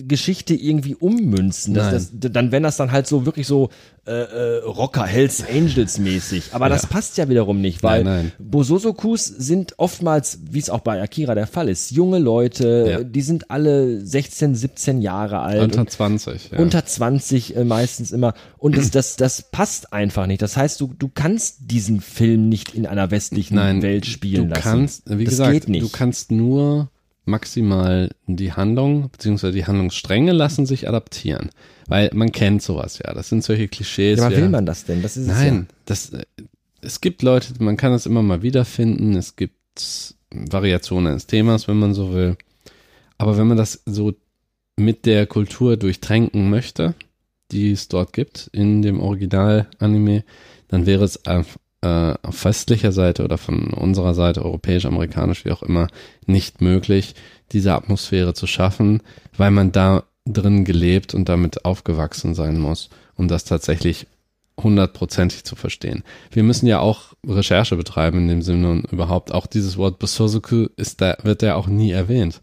[SPEAKER 3] Geschichte irgendwie ummünzen. Das,
[SPEAKER 2] Nein.
[SPEAKER 3] das, d- dann wären das dann halt so wirklich so äh, äh, Rocker, Hells Angels mäßig. Aber das passt ja wiederum nicht, weil
[SPEAKER 2] Nein,
[SPEAKER 3] Bosozokus sind oftmals, wie es auch bei Akira der Fall ist, junge Leute,
[SPEAKER 2] Ja.
[SPEAKER 3] die sind alle 16, 17 Jahre alt.
[SPEAKER 2] Unter
[SPEAKER 3] und
[SPEAKER 2] 20, ja.
[SPEAKER 3] unter 20 äh, meistens immer. Und das, das, das passt einfach nicht. Das heißt, du, du kannst diesen Film nicht in einer westlichen
[SPEAKER 2] Nein,
[SPEAKER 3] Welt spielen
[SPEAKER 2] du
[SPEAKER 3] lassen.
[SPEAKER 2] kannst, wie
[SPEAKER 3] das
[SPEAKER 2] gesagt,
[SPEAKER 3] geht nicht.
[SPEAKER 2] du kannst nur maximal die Handlung, beziehungsweise die Handlungsstränge lassen sich adaptieren. Weil man kennt sowas ja. Das sind solche Klischees.
[SPEAKER 3] ja, aber
[SPEAKER 2] ja.
[SPEAKER 3] will man das denn? Das ist es ja.
[SPEAKER 2] Nein, das, äh, es gibt Leute, man kann das immer mal wiederfinden. Es gibt Variationen des Themas, wenn man so will. Aber wenn man das so mit der Kultur durchtränken möchte, die es dort gibt in dem Original-Anime, dann wäre es auf, äh, auf westlicher Seite oder von unserer Seite, europäisch, amerikanisch, wie auch immer, nicht möglich, diese Atmosphäre zu schaffen, weil man da drin gelebt und damit aufgewachsen sein muss, um das tatsächlich hundertprozentig zu verstehen. Wir müssen ja auch Recherche betreiben in dem Sinne und überhaupt auch dieses Wort Besosuku ist da, wird ja auch nie erwähnt.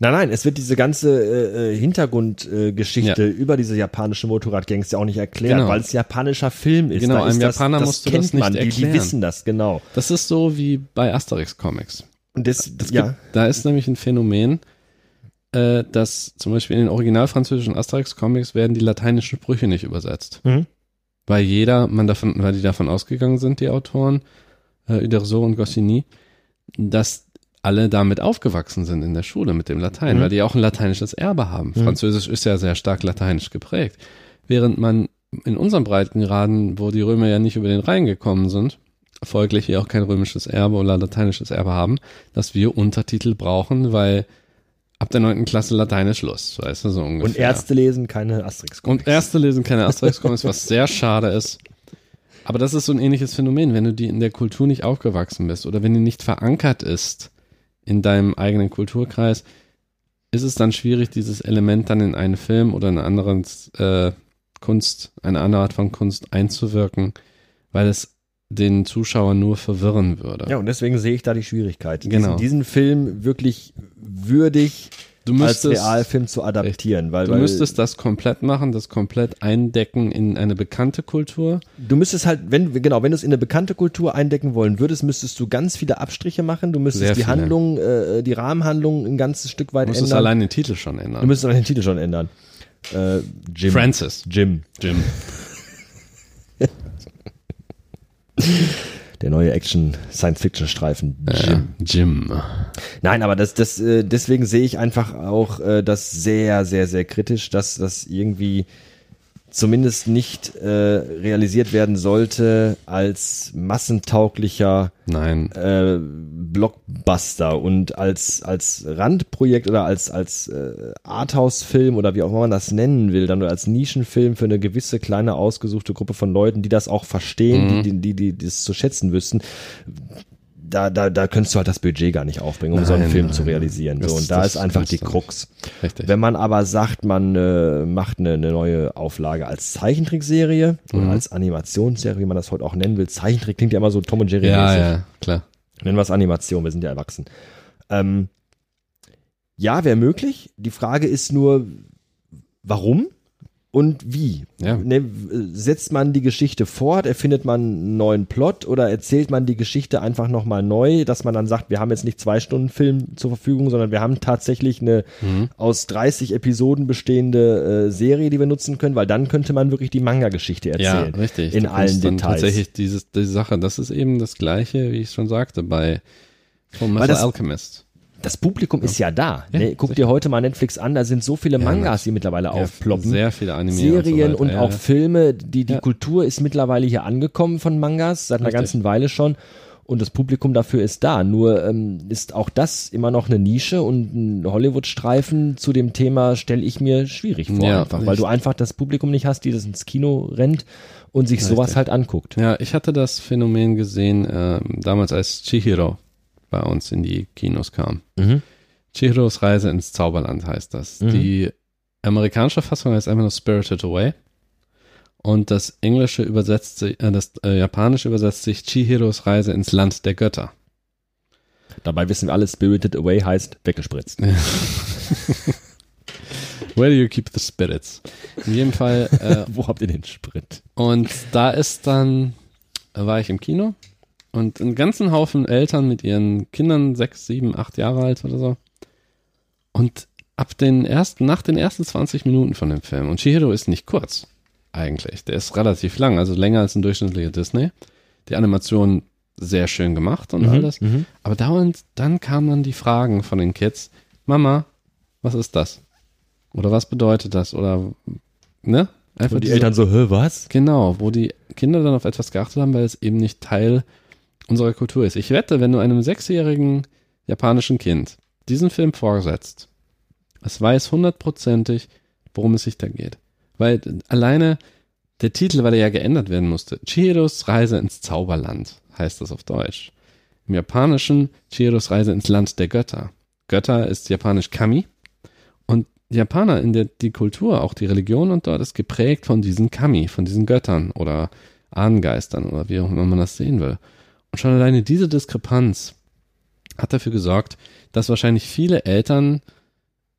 [SPEAKER 3] Nein, nein, es wird diese ganze äh, äh, Hintergrundgeschichte äh, Geschichte
[SPEAKER 2] Ja.
[SPEAKER 3] über diese japanische Motorradgangs ja auch nicht erklärt,
[SPEAKER 2] Genau.
[SPEAKER 3] weil es japanischer Film ist.
[SPEAKER 2] Genau,
[SPEAKER 3] da ist
[SPEAKER 2] einem
[SPEAKER 3] das,
[SPEAKER 2] Japaner
[SPEAKER 3] das
[SPEAKER 2] musst du
[SPEAKER 3] kennt
[SPEAKER 2] das nicht
[SPEAKER 3] man, die, die
[SPEAKER 2] erklären.
[SPEAKER 3] wissen das, genau.
[SPEAKER 2] Das ist so wie bei Asterix Comics.
[SPEAKER 3] Und das,
[SPEAKER 2] Es
[SPEAKER 3] ja,
[SPEAKER 2] gibt, da ist nämlich ein Phänomen, äh, dass zum Beispiel in den original französischen Asterix-Comics werden die lateinischen Sprüche nicht übersetzt.
[SPEAKER 3] Mhm.
[SPEAKER 2] Weil jeder, man davon, weil die davon ausgegangen sind, die Autoren, äh, Uderzo und Goscinny, dass alle damit aufgewachsen sind in der Schule mit dem Latein,
[SPEAKER 3] Mhm.
[SPEAKER 2] weil die auch ein lateinisches Erbe haben. Französisch ist ja sehr stark lateinisch geprägt. Während man in unserem Breitengraden, wo die Römer ja nicht über den Rhein gekommen sind, folglich hier auch kein römisches Erbe oder lateinisches Erbe haben, dass wir Untertitel brauchen, weil ab der neunten Klasse Latein ist Schluss, weißt du, so ungefähr.
[SPEAKER 3] und Ärzte lesen keine asterix
[SPEAKER 2] Und äh, Ärzte lesen keine Asterix-Comics, was sehr schade ist. Aber das ist so ein ähnliches Phänomen, wenn du die in der Kultur nicht aufgewachsen bist oder wenn die nicht verankert ist in deinem eigenen Kulturkreis, ist es dann schwierig, dieses Element dann in einen Film oder in eine andere äh, Kunst, eine andere Art von Kunst einzuwirken, weil es den Zuschauer nur verwirren würde.
[SPEAKER 3] Ja, und deswegen sehe ich da die Schwierigkeit,
[SPEAKER 2] Genau.
[SPEAKER 3] diesen, diesen Film wirklich würdig
[SPEAKER 2] du
[SPEAKER 3] als
[SPEAKER 2] müsstest,
[SPEAKER 3] Realfilm zu adaptieren, weil,
[SPEAKER 2] du
[SPEAKER 3] weil
[SPEAKER 2] müsstest das komplett machen, das komplett eindecken in eine bekannte Kultur.
[SPEAKER 3] du müsstest halt, wenn genau, wenn du es in eine bekannte Kultur eindecken wollen würdest, müsstest du ganz viele Abstriche machen, du müsstest
[SPEAKER 2] Sehr
[SPEAKER 3] die
[SPEAKER 2] viele.
[SPEAKER 3] Handlung, äh, die Rahmenhandlung ein ganzes Stück weit
[SPEAKER 2] Du musst es
[SPEAKER 3] ändern.
[SPEAKER 2] allein den Titel schon ändern.
[SPEAKER 3] Du müsstest auch den Titel schon ändern. Äh, Jim.
[SPEAKER 2] Francis.
[SPEAKER 3] Jim.
[SPEAKER 2] Jim.
[SPEAKER 3] Der neue Action-Science-Fiction-Streifen. Jim.
[SPEAKER 2] Jim.
[SPEAKER 3] Nein, aber das, das, äh, deswegen sehe ich einfach auch äh, das sehr, sehr, sehr kritisch, dass das irgendwie zumindest nicht äh, realisiert werden sollte als massentauglicher
[SPEAKER 2] Nein.
[SPEAKER 3] äh, Blockbuster und als, als Randprojekt oder als, als äh, Arthouse-Film oder wie auch immer man das nennen will, dann oder als Nischenfilm für eine gewisse kleine ausgesuchte Gruppe von Leuten, die das auch
[SPEAKER 2] Mhm.
[SPEAKER 3] verstehen, die, die, die, die das zu schätzen wüssten. Da, da, da könntest du halt das Budget gar nicht aufbringen, um so einen
[SPEAKER 2] Nein,
[SPEAKER 3] Film
[SPEAKER 2] nein,
[SPEAKER 3] zu realisieren.
[SPEAKER 2] das-
[SPEAKER 3] So, und da ist
[SPEAKER 2] das
[SPEAKER 3] einfach
[SPEAKER 2] kannst
[SPEAKER 3] die
[SPEAKER 2] du nicht.
[SPEAKER 3] Krux.
[SPEAKER 2] Richtig.
[SPEAKER 3] Wenn man aber sagt, man äh, macht eine, eine neue Auflage als Zeichentrickserie
[SPEAKER 2] Mhm.
[SPEAKER 3] oder als Animationsserie, wie man das heute auch nennen will. Zeichentrick klingt ja immer so Tom und Jerry
[SPEAKER 2] ja,
[SPEAKER 3] mäßig.
[SPEAKER 2] ja, klar.
[SPEAKER 3] Nennen wir es Animation, wir sind ja erwachsen. Ähm, ja, wäre möglich. Die Frage ist nur, warum und wie?
[SPEAKER 2] Ja.
[SPEAKER 3] Ne, w- setzt man die Geschichte fort, erfindet man einen neuen Plot oder erzählt man die Geschichte einfach nochmal neu, dass man dann sagt, wir haben jetzt nicht zwei Stunden Film zur Verfügung, sondern wir haben tatsächlich eine
[SPEAKER 2] Mhm.
[SPEAKER 3] aus 30 Episoden bestehende äh, Serie, die wir nutzen können, weil dann könnte man wirklich die Manga-Geschichte
[SPEAKER 2] Ja,
[SPEAKER 3] erzählen.
[SPEAKER 2] richtig.
[SPEAKER 3] In
[SPEAKER 2] Du kommst
[SPEAKER 3] allen
[SPEAKER 2] dann
[SPEAKER 3] Details.
[SPEAKER 2] Tatsächlich dieses, die Sache, das ist eben das Gleiche, wie ich schon sagte, bei Full
[SPEAKER 3] Weil das-
[SPEAKER 2] Metal Alchemist.
[SPEAKER 3] das Publikum ist ja da. Ne? Guck dir heute mal Netflix an, da sind so viele Mangas, die mittlerweile aufploppen.
[SPEAKER 2] Sehr viele Anime.
[SPEAKER 3] Serien und,
[SPEAKER 2] und, so weiter. Ja,
[SPEAKER 3] auch
[SPEAKER 2] ja.
[SPEAKER 3] Filme. Die, die
[SPEAKER 2] Ja.
[SPEAKER 3] Kultur ist mittlerweile hier angekommen von Mangas, seit einer
[SPEAKER 2] Richtig.
[SPEAKER 3] ganzen Weile schon. Und das Publikum dafür ist da. Nur ähm, ist auch das immer noch eine Nische und ein Hollywood-Streifen zu dem Thema stelle ich mir schwierig vor,
[SPEAKER 2] Ja,
[SPEAKER 3] einfach, weil
[SPEAKER 2] ich-
[SPEAKER 3] du einfach das Publikum nicht hast, die das ins Kino rennt und sich sowas halt anguckt.
[SPEAKER 2] Ja, ich hatte das Phänomen gesehen, ähm, damals als Chihiro bei uns in die Kinos kam.
[SPEAKER 3] Mhm.
[SPEAKER 2] Chihiros Reise ins Zauberland heißt das.
[SPEAKER 3] Mhm.
[SPEAKER 2] Die amerikanische Fassung heißt einfach nur Spirited Away. Und das englische übersetzt sich, äh, das äh, japanische übersetzt sich Chihiros Reise ins Land der Götter.
[SPEAKER 3] Dabei wissen wir alle, Spirited Away heißt weggespritzt.
[SPEAKER 2] Where do you keep the spirits? In jedem Fall, äh,
[SPEAKER 3] Wo habt ihr den Sprit?
[SPEAKER 2] Und da ist dann, äh, war ich im Kino und einen ganzen Haufen Eltern mit ihren Kindern, sechs, sieben, acht Jahre alt oder so. Und ab den ersten, nach den ersten 20 Minuten von dem Film, und Chihiro ist nicht kurz, eigentlich. Der ist relativ lang, also länger als ein durchschnittlicher Disney. Die Animation sehr schön gemacht
[SPEAKER 3] Mhm,
[SPEAKER 2] und alles. Aber dauernd, dann kamen dann die Fragen von den Kids. Mama, was ist das? Oder was bedeutet das? Oder, ne? Einfach
[SPEAKER 3] Und die
[SPEAKER 2] diese-
[SPEAKER 3] Eltern so, hä, was?
[SPEAKER 2] Genau, wo die Kinder dann auf etwas geachtet haben, weil es eben nicht Teil unserer Kultur ist. Ich wette, wenn du einem sechsjährigen japanischen Kind diesen Film vorsetzt, es weiß hundertprozentig, worum es sich da geht. Weil alleine der Titel, weil er ja geändert werden musste, Chihiros Reise ins Zauberland heißt das auf Deutsch. Im Japanischen Chihiros Reise ins Land der Götter. Götter ist japanisch Kami und die Japaner in der die Kultur, auch die Religion und dort ist geprägt von diesen Kami, von diesen Göttern oder Ahnengeistern oder wie auch immer man das sehen will. Und schon alleine diese Diskrepanz hat dafür gesorgt, dass wahrscheinlich viele Eltern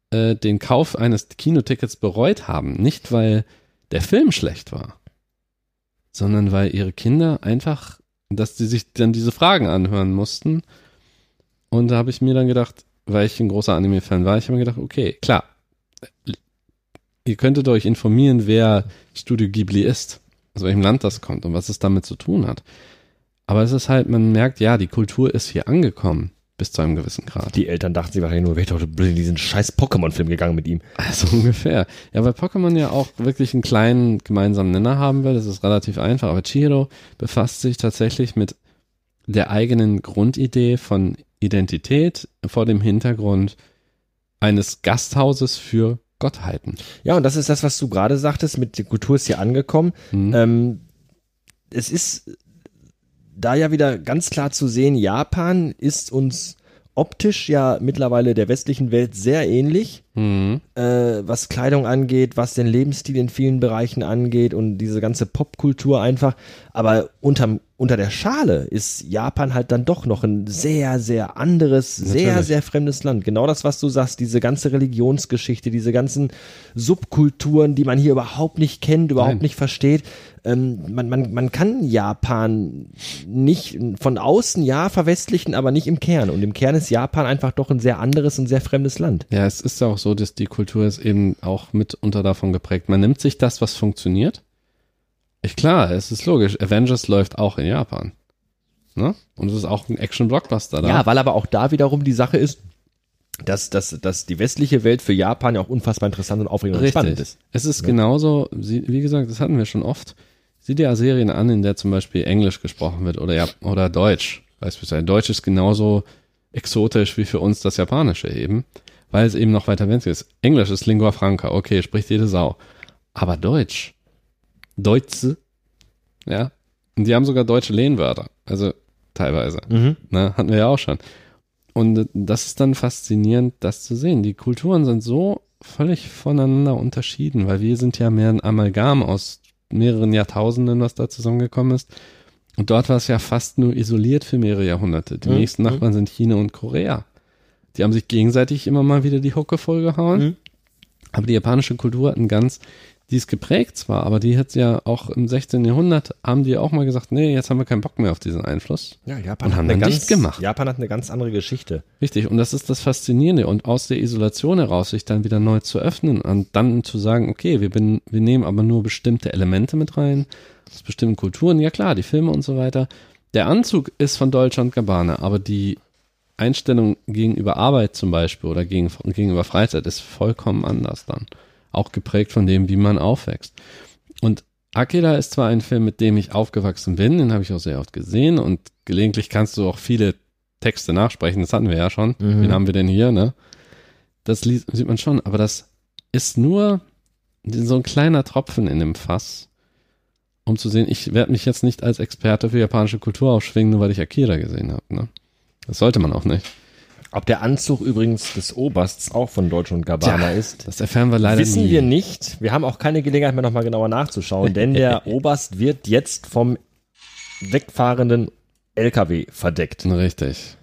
[SPEAKER 2] äh, den Kauf eines Kinotickets bereut haben. Nicht, weil der Film schlecht war, sondern weil ihre Kinder einfach, dass sie sich dann diese Fragen anhören mussten. Und da habe ich mir dann gedacht, weil ich ein großer Anime-Fan war, ich habe mir gedacht, okay, klar, ihr könntet euch informieren, wer Studio Ghibli ist, aus welchem Land das kommt und was es damit zu tun hat. Aber es ist halt, man merkt, ja, die Kultur ist hier angekommen, bis zu einem gewissen Grad.
[SPEAKER 3] Die Eltern dachten sich wahrscheinlich nur, wer ist doch in diesen scheiß Pokémon-Film gegangen mit ihm.
[SPEAKER 2] Also ungefähr. Ja, weil Pokémon ja auch wirklich einen kleinen gemeinsamen Nenner haben will, das ist relativ einfach. Aber Chihiro befasst sich tatsächlich mit der eigenen Grundidee von Identität vor dem Hintergrund eines Gasthauses für Gottheiten.
[SPEAKER 3] Ja, und das ist das, was du gerade sagtest, mit der Kultur ist hier angekommen.
[SPEAKER 2] Mhm.
[SPEAKER 3] Ähm, es ist da ja wieder ganz klar zu sehen, Japan ist uns optisch ja mittlerweile der westlichen Welt sehr ähnlich,
[SPEAKER 2] Mhm.
[SPEAKER 3] äh, was Kleidung angeht, was den Lebensstil in vielen Bereichen angeht und diese ganze Popkultur einfach. Aber unterm, unter der Schale ist Japan halt dann doch noch ein sehr, sehr anderes, sehr,
[SPEAKER 2] Natürlich.
[SPEAKER 3] sehr fremdes Land. Genau das, was du sagst, diese ganze Religionsgeschichte, diese ganzen Subkulturen, die man hier überhaupt nicht kennt, überhaupt
[SPEAKER 2] Nein.
[SPEAKER 3] nicht versteht. Ähm, man, man, man kann Japan nicht von außen ja verwestlichen, aber nicht im Kern. Und im Kern ist Japan einfach doch ein sehr anderes und sehr fremdes Land.
[SPEAKER 2] Ja, es ist ja auch so, dass die Kultur ist eben auch mitunter davon geprägt. Man nimmt sich das, was funktioniert. Ich klar, es ist logisch. Avengers läuft auch in Japan. Ne? Und es ist auch ein Action-Blockbuster da.
[SPEAKER 3] Ja, weil aber auch da wiederum die Sache ist, dass, dass, dass die westliche Welt für Japan ja auch unfassbar interessant und aufregend und spannend ist.
[SPEAKER 2] Es ist genauso, sie- wie gesagt, das hatten wir schon oft. Sieh dir Serien an, in der zum Beispiel Englisch gesprochen wird oder, ja, oder Deutsch. Beispielsweise. Deutsch ist genauso exotisch wie für uns das Japanische eben, weil es eben noch weiter westlich ist. Englisch ist Lingua Franca, okay, spricht jede Sau. Aber Deutsch. Deutsche. Ja. Und die haben sogar deutsche Lehnwörter. Also teilweise. Ne, hatten wir ja auch schon. Und das ist dann faszinierend, das zu sehen. Die Kulturen sind so völlig voneinander unterschieden, weil wir sind ja mehr ein Amalgam aus mehreren Jahrtausenden, was da zusammengekommen ist. Und dort war es ja fast nur isoliert für mehrere Jahrhunderte. Die
[SPEAKER 3] Mhm.
[SPEAKER 2] nächsten Nachbarn sind China und Korea. Die haben sich gegenseitig immer mal wieder die Hocke vollgehauen.
[SPEAKER 3] Mhm.
[SPEAKER 2] Aber die japanische Kultur hat ein ganz, die ist geprägt zwar, aber die hat ja auch im 16. Jahrhundert, haben die auch mal gesagt, nee, jetzt haben wir keinen Bock mehr auf diesen Einfluss.
[SPEAKER 3] Ja,
[SPEAKER 2] Und
[SPEAKER 3] Japan
[SPEAKER 2] haben dann dicht gemacht.
[SPEAKER 3] Japan hat eine ganz andere Geschichte.
[SPEAKER 2] Richtig, und das ist das Faszinierende. Und aus der Isolation heraus sich dann wieder neu zu öffnen und dann zu sagen, okay, wir, bin, wir nehmen aber nur bestimmte Elemente mit rein, aus bestimmten Kulturen, ja klar, die Filme und so weiter. Der Anzug ist von Deutschland Gabbana, aber die Einstellung gegenüber Arbeit zum Beispiel oder gegen, gegenüber Freizeit ist vollkommen anders dann. Auch geprägt von dem, wie man aufwächst. Und Akira ist zwar ein Film, mit dem ich aufgewachsen bin, den habe ich auch sehr oft gesehen und gelegentlich kannst du auch viele Texte nachsprechen, das hatten wir ja schon.
[SPEAKER 3] Mhm.
[SPEAKER 2] Wen haben wir denn hier, ne? Das lies- sieht man schon, aber das ist nur so ein kleiner Tropfen in dem Fass, um zu sehen, ich werde mich jetzt nicht als Experte für japanische Kultur aufschwingen, nur weil ich Akira gesehen habe, ne? Das sollte man auch nicht.
[SPEAKER 3] Ob der Anzug übrigens des Obersts auch von Deutsch und Gabbana ist,
[SPEAKER 2] Das erfahren wir leider
[SPEAKER 3] wissen
[SPEAKER 2] nie.
[SPEAKER 3] wir nicht. Wir haben auch keine Gelegenheit mehr nochmal genauer nachzuschauen, denn der Oberst wird jetzt vom wegfahrenden LKW verdeckt.
[SPEAKER 2] Richtig.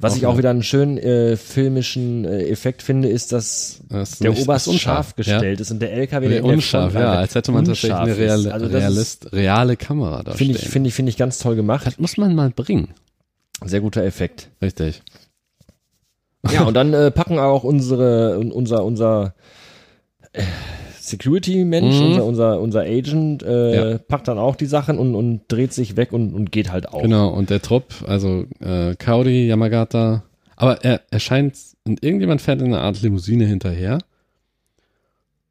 [SPEAKER 3] Was ich
[SPEAKER 2] Auch
[SPEAKER 3] auch
[SPEAKER 2] nett.
[SPEAKER 3] wieder einen schönen äh, filmischen äh, Effekt finde, ist, dass
[SPEAKER 2] Das ist
[SPEAKER 3] der
[SPEAKER 2] nicht-
[SPEAKER 3] Oberst
[SPEAKER 2] ist unscharf,
[SPEAKER 3] scharf gestellt ist und der LKW
[SPEAKER 2] Ja.
[SPEAKER 3] der in der
[SPEAKER 2] Unscharf,
[SPEAKER 3] Front
[SPEAKER 2] ja,
[SPEAKER 3] einfach
[SPEAKER 2] als hätte man tatsächlich
[SPEAKER 3] unscharf
[SPEAKER 2] eine
[SPEAKER 3] ist.
[SPEAKER 2] reale,
[SPEAKER 3] Also das ist-
[SPEAKER 2] realist, reale Kamera da
[SPEAKER 3] Finde ich,
[SPEAKER 2] stehen.
[SPEAKER 3] finde ich, finde ich ganz toll gemacht.
[SPEAKER 2] das muss man mal bringen.
[SPEAKER 3] Sehr guter Effekt.
[SPEAKER 2] Richtig.
[SPEAKER 3] Oh. Ja, und dann äh, packen auch unsere, un- unser, unser äh, Security-Mensch,
[SPEAKER 2] Mhm.
[SPEAKER 3] unser, unser, unser Agent, äh,
[SPEAKER 2] Ja.
[SPEAKER 3] packt dann auch die Sachen und, und dreht sich weg und, und geht halt auch.
[SPEAKER 2] Genau, und der Trupp, also äh, Kaori, Yamagata, aber er erscheint, und irgendjemand fährt in einer Art Limousine hinterher,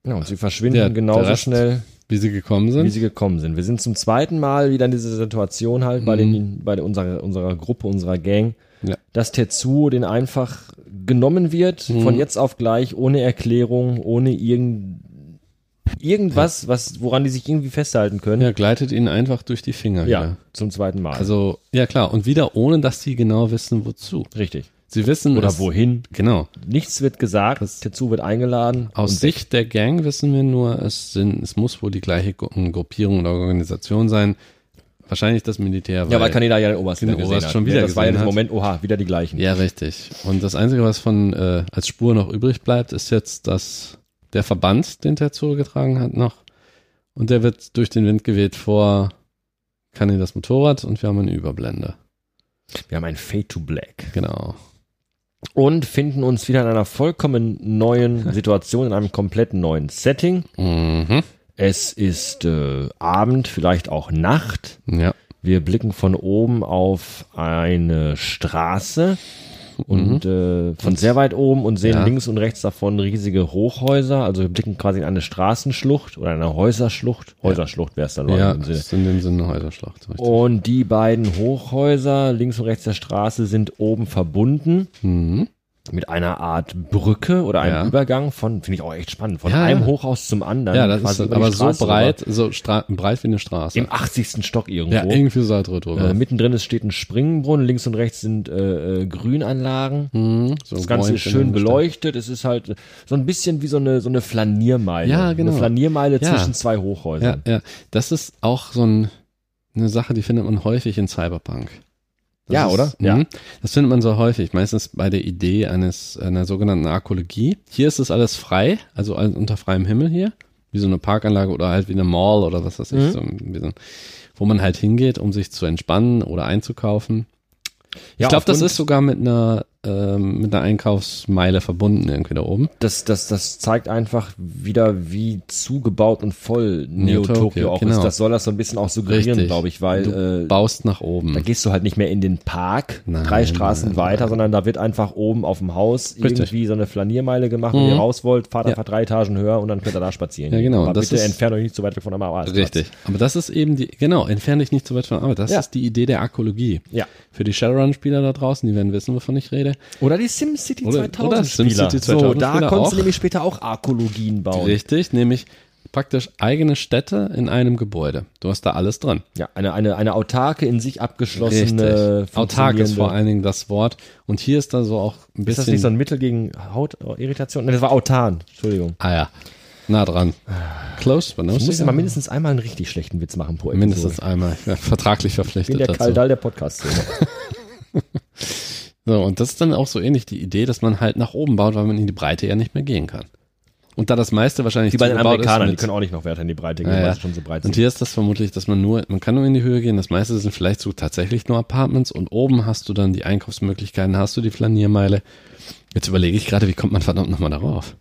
[SPEAKER 3] Ja, und sie verschwinden
[SPEAKER 2] Der- der
[SPEAKER 3] genauso
[SPEAKER 2] Rest
[SPEAKER 3] schnell,
[SPEAKER 2] wie sie gekommen sind.
[SPEAKER 3] wie sie gekommen sind. Wir sind zum zweiten Mal wieder in dieser Situation halt bei, den, bei unserer, unserer Gruppe, unserer Gang,
[SPEAKER 2] Mhm. Ja.
[SPEAKER 3] dass Tetsuo den einfach genommen wird,
[SPEAKER 2] Mhm.
[SPEAKER 3] von jetzt auf gleich, ohne Erklärung, ohne irgend, irgendwas, was, woran die sich irgendwie festhalten können.
[SPEAKER 2] ja, gleitet ihnen einfach durch die Finger.
[SPEAKER 3] Ja,
[SPEAKER 2] wieder.
[SPEAKER 3] zum zweiten Mal.
[SPEAKER 2] Also, ja klar, und wieder ohne, dass sie genau wissen, wozu.
[SPEAKER 3] Richtig.
[SPEAKER 2] Sie wissen
[SPEAKER 3] Oder
[SPEAKER 2] es-
[SPEAKER 3] wohin.
[SPEAKER 2] Genau.
[SPEAKER 3] Nichts wird gesagt, Tetsu wird eingeladen.
[SPEAKER 2] Aus
[SPEAKER 3] und
[SPEAKER 2] Sicht der Gang wissen wir nur, es, sind, es muss wohl die gleiche Gru Gruppierung oder Organisation sein. Wahrscheinlich das Militär.
[SPEAKER 3] ja, weil Kaneda ja den Oberst
[SPEAKER 2] den
[SPEAKER 3] wieder gesehen
[SPEAKER 2] Oberst
[SPEAKER 3] hat.
[SPEAKER 2] schon wieder
[SPEAKER 3] ja, das war ja
[SPEAKER 2] gesehen
[SPEAKER 3] das
[SPEAKER 2] hat.
[SPEAKER 3] Moment, oha, wieder die gleichen.
[SPEAKER 2] Ja, richtig. Und das Einzige, was von äh, als Spur noch übrig bleibt, ist jetzt, dass der Verband, den Tetsuo getragen hat, noch. Und der wird durch den Wind geweht vor Kani das Motorrad und wir haben eine Überblende.
[SPEAKER 3] Wir haben ein Fade to Black.
[SPEAKER 2] Genau.
[SPEAKER 3] Und finden uns wieder in einer vollkommen neuen Situation, in einem komplett neuen Setting.
[SPEAKER 2] Mhm.
[SPEAKER 3] Es ist äh, Abend, vielleicht auch Nacht.
[SPEAKER 2] Ja.
[SPEAKER 3] Wir blicken von oben auf eine Straße und äh, von sehr weit oben und sehen
[SPEAKER 2] Mhm. Ja.
[SPEAKER 3] links und rechts davon riesige Hochhäuser. Also wir blicken quasi in eine Straßenschlucht oder eine Häuserschlucht. Häuserschlucht wäre es dann
[SPEAKER 2] Ja,
[SPEAKER 3] im Sinne.
[SPEAKER 2] ist in dem Sinne eine Häuserschlacht. Richtig.
[SPEAKER 3] Und die beiden Hochhäuser links und rechts der Straße sind oben verbunden
[SPEAKER 2] Mhm.
[SPEAKER 3] mit einer Art Brücke oder einem
[SPEAKER 2] Ja.
[SPEAKER 3] Übergang von, finde ich auch echt spannend, von
[SPEAKER 2] Ja,
[SPEAKER 3] einem
[SPEAKER 2] ja.
[SPEAKER 3] Hochhaus zum anderen.
[SPEAKER 2] Ja, das
[SPEAKER 3] quasi
[SPEAKER 2] ist
[SPEAKER 3] über die
[SPEAKER 2] aber so
[SPEAKER 3] Straße
[SPEAKER 2] breit,
[SPEAKER 3] rüber.
[SPEAKER 2] so stra breit wie eine Straße.
[SPEAKER 3] Im 80. Stock irgendwo.
[SPEAKER 2] ja, irgendwie so halt drüber.
[SPEAKER 3] Äh, mittendrin ist, steht ein Springbrunnen, links und rechts sind äh, äh, Grünanlagen.
[SPEAKER 2] Mhm. So
[SPEAKER 3] Ähm, Das Ganze ist
[SPEAKER 2] Bäumchen in
[SPEAKER 3] schön
[SPEAKER 2] der Stadt.
[SPEAKER 3] beleuchtet. Es ist halt so ein bisschen wie so eine, so eine Flaniermeile.
[SPEAKER 2] Ja, genau.
[SPEAKER 3] Eine Flaniermeile
[SPEAKER 2] Ja.
[SPEAKER 3] zwischen zwei
[SPEAKER 2] Ja,
[SPEAKER 3] Hochhäusern.
[SPEAKER 2] ja. Das ist auch so ein, eine Sache, die findet man häufig in Cyberpunk. Das
[SPEAKER 3] Ja,
[SPEAKER 2] ist,
[SPEAKER 3] oder? Ja.
[SPEAKER 2] Mhm. Das findet man so häufig, meistens bei der Idee eines einer sogenannten Arkologie. Hier ist es alles frei, also all- unter freiem Himmel hier, wie so eine Parkanlage oder halt wie eine Mall oder was weiß ich,
[SPEAKER 3] Mhm.
[SPEAKER 2] so, ein- wie so, ein- wo man halt hingeht, um sich zu entspannen oder einzukaufen.
[SPEAKER 3] Ja,
[SPEAKER 2] ich glaube, das
[SPEAKER 3] aufgrund-
[SPEAKER 2] ist sogar mit einer ähm, mit einer Einkaufsmeile verbunden irgendwie da oben.
[SPEAKER 3] Das, das, das zeigt einfach wieder, wie zugebaut und voll Neo-Tokio
[SPEAKER 2] Neo-Tokio,
[SPEAKER 3] auch
[SPEAKER 2] genau.
[SPEAKER 3] ist. Das soll das so ein bisschen auch suggerieren,
[SPEAKER 2] Richtig.
[SPEAKER 3] glaube ich, weil äh,
[SPEAKER 2] Baust nach oben.
[SPEAKER 3] da gehst du halt nicht mehr in den Park,
[SPEAKER 2] Nein,
[SPEAKER 3] drei Straßen
[SPEAKER 2] nein,
[SPEAKER 3] weiter,
[SPEAKER 2] nein.
[SPEAKER 3] sondern da wird einfach oben auf dem Haus
[SPEAKER 2] Richtig.
[SPEAKER 3] irgendwie so eine Flaniermeile gemacht, wenn
[SPEAKER 2] Mhm.
[SPEAKER 3] ihr raus wollt, fahrt
[SPEAKER 2] Ja.
[SPEAKER 3] einfach drei Etagen höher und dann könnt ihr da spazieren.
[SPEAKER 2] Ja,
[SPEAKER 3] gehen.
[SPEAKER 2] genau.
[SPEAKER 3] Aber
[SPEAKER 2] Das
[SPEAKER 3] bitte
[SPEAKER 2] ist-
[SPEAKER 3] entfernt euch nicht zu weit weg von einem Arbeitsplatz.
[SPEAKER 2] Richtig. Aber das ist eben die, genau, entferne dich nicht zu weit von Arbeit. Das
[SPEAKER 3] Ja.
[SPEAKER 2] ist die Idee der Arkologie.
[SPEAKER 3] Ja.
[SPEAKER 2] Für die Shadowrun-Spieler da draußen, die werden wissen, wovon ich rede.
[SPEAKER 3] Oder die SimCity
[SPEAKER 2] Oder-
[SPEAKER 3] 2000
[SPEAKER 2] oder
[SPEAKER 3] Spieler.
[SPEAKER 2] SimCity
[SPEAKER 3] so,
[SPEAKER 2] 2000
[SPEAKER 3] da
[SPEAKER 2] Spieler
[SPEAKER 3] konntest
[SPEAKER 2] auch.
[SPEAKER 3] du nämlich später auch Arkologien bauen.
[SPEAKER 2] Richtig, nämlich praktisch eigene Städte in einem Gebäude. Du hast da alles dran.
[SPEAKER 3] Ja, eine, eine, eine autarke, in sich abgeschlossene,
[SPEAKER 2] Autark ist
[SPEAKER 3] funktionierende-
[SPEAKER 2] vor allen Dingen das Wort. Und hier ist da so auch ein
[SPEAKER 3] Ist
[SPEAKER 2] bisschen.
[SPEAKER 3] das nicht so ein Mittel gegen Hautirritation? Nein, das war autan. Entschuldigung.
[SPEAKER 2] ah ja, nah dran. Close, but no
[SPEAKER 3] Du musst
[SPEAKER 2] cigar.
[SPEAKER 3] Ah. immer mindestens einmal einen richtig schlechten Witz machen pro Episode.
[SPEAKER 2] mindestens einmal. Ich werde vertraglich
[SPEAKER 3] Ich bin
[SPEAKER 2] verpflichtet
[SPEAKER 3] der
[SPEAKER 2] dazu.
[SPEAKER 3] Kaldal der podcast -Szene.
[SPEAKER 2] So, und das ist dann auch so ähnlich die Idee, dass man halt nach oben baut, weil man in die Breite ja nicht mehr gehen kann. Und da das meiste wahrscheinlich
[SPEAKER 3] Die bei den
[SPEAKER 2] zugebaut ist
[SPEAKER 3] Amerikanern, die
[SPEAKER 2] mit-
[SPEAKER 3] können auch nicht noch weiter in die Breite gehen,
[SPEAKER 2] Ja,
[SPEAKER 3] weil
[SPEAKER 2] ja.
[SPEAKER 3] sie schon so breit
[SPEAKER 2] Und
[SPEAKER 3] sind.
[SPEAKER 2] hier ist das vermutlich, dass man nur, man kann nur in die Höhe gehen. Das meiste sind vielleicht so tatsächlich nur Apartments und oben hast du dann die Einkaufsmöglichkeiten, hast du die Flaniermeile. Jetzt überlege ich gerade, wie kommt man verdammt nochmal darauf?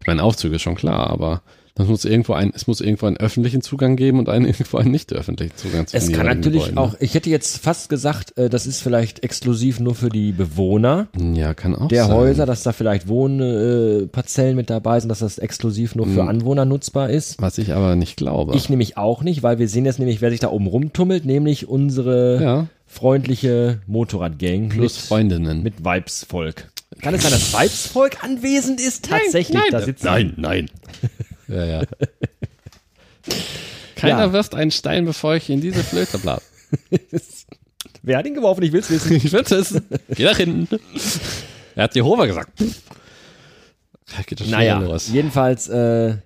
[SPEAKER 2] Ich meine, Aufzüge ist schon klar, aber das muss irgendwo ein, es muss irgendwo einen öffentlichen Zugang geben und einen irgendwo einen nicht öffentlichen Zugang zu
[SPEAKER 3] Es
[SPEAKER 2] den
[SPEAKER 3] kann
[SPEAKER 2] jeweiligen
[SPEAKER 3] natürlich
[SPEAKER 2] Gebäuden.
[SPEAKER 3] auch, ich hätte jetzt fast gesagt, äh, das ist vielleicht exklusiv nur für die Bewohner
[SPEAKER 2] Ja, kann auch
[SPEAKER 3] der
[SPEAKER 2] sein.
[SPEAKER 3] Häuser, dass da vielleicht Wohnparzellen äh, Parzellen mit dabei sind, dass das exklusiv nur
[SPEAKER 2] Mhm.
[SPEAKER 3] für Anwohner nutzbar ist.
[SPEAKER 2] Was ich aber nicht glaube.
[SPEAKER 3] Ich nämlich auch nicht, weil wir sehen jetzt nämlich, wer sich da oben rumtummelt, nämlich unsere
[SPEAKER 2] Ja.
[SPEAKER 3] freundliche Motorradgang
[SPEAKER 2] Plus
[SPEAKER 3] mit,
[SPEAKER 2] Freundinnen.
[SPEAKER 3] mit Weibsvolk. Kann es sein, dass Weibsvolk anwesend ist? Tatsächlich, da sitzt
[SPEAKER 2] nein, nein. Ja, ja. Keiner
[SPEAKER 3] Ja.
[SPEAKER 2] wirft einen Stein, bevor ich in diese Flöte blase.
[SPEAKER 3] Wer hat ihn geworfen? Ich will es wissen.
[SPEAKER 2] Ich würde es. Geh nach hinten. Er hat Jehova gesagt. Ja, Geht das schon
[SPEAKER 3] Naja,
[SPEAKER 2] wieder los.
[SPEAKER 3] jedenfalls äh,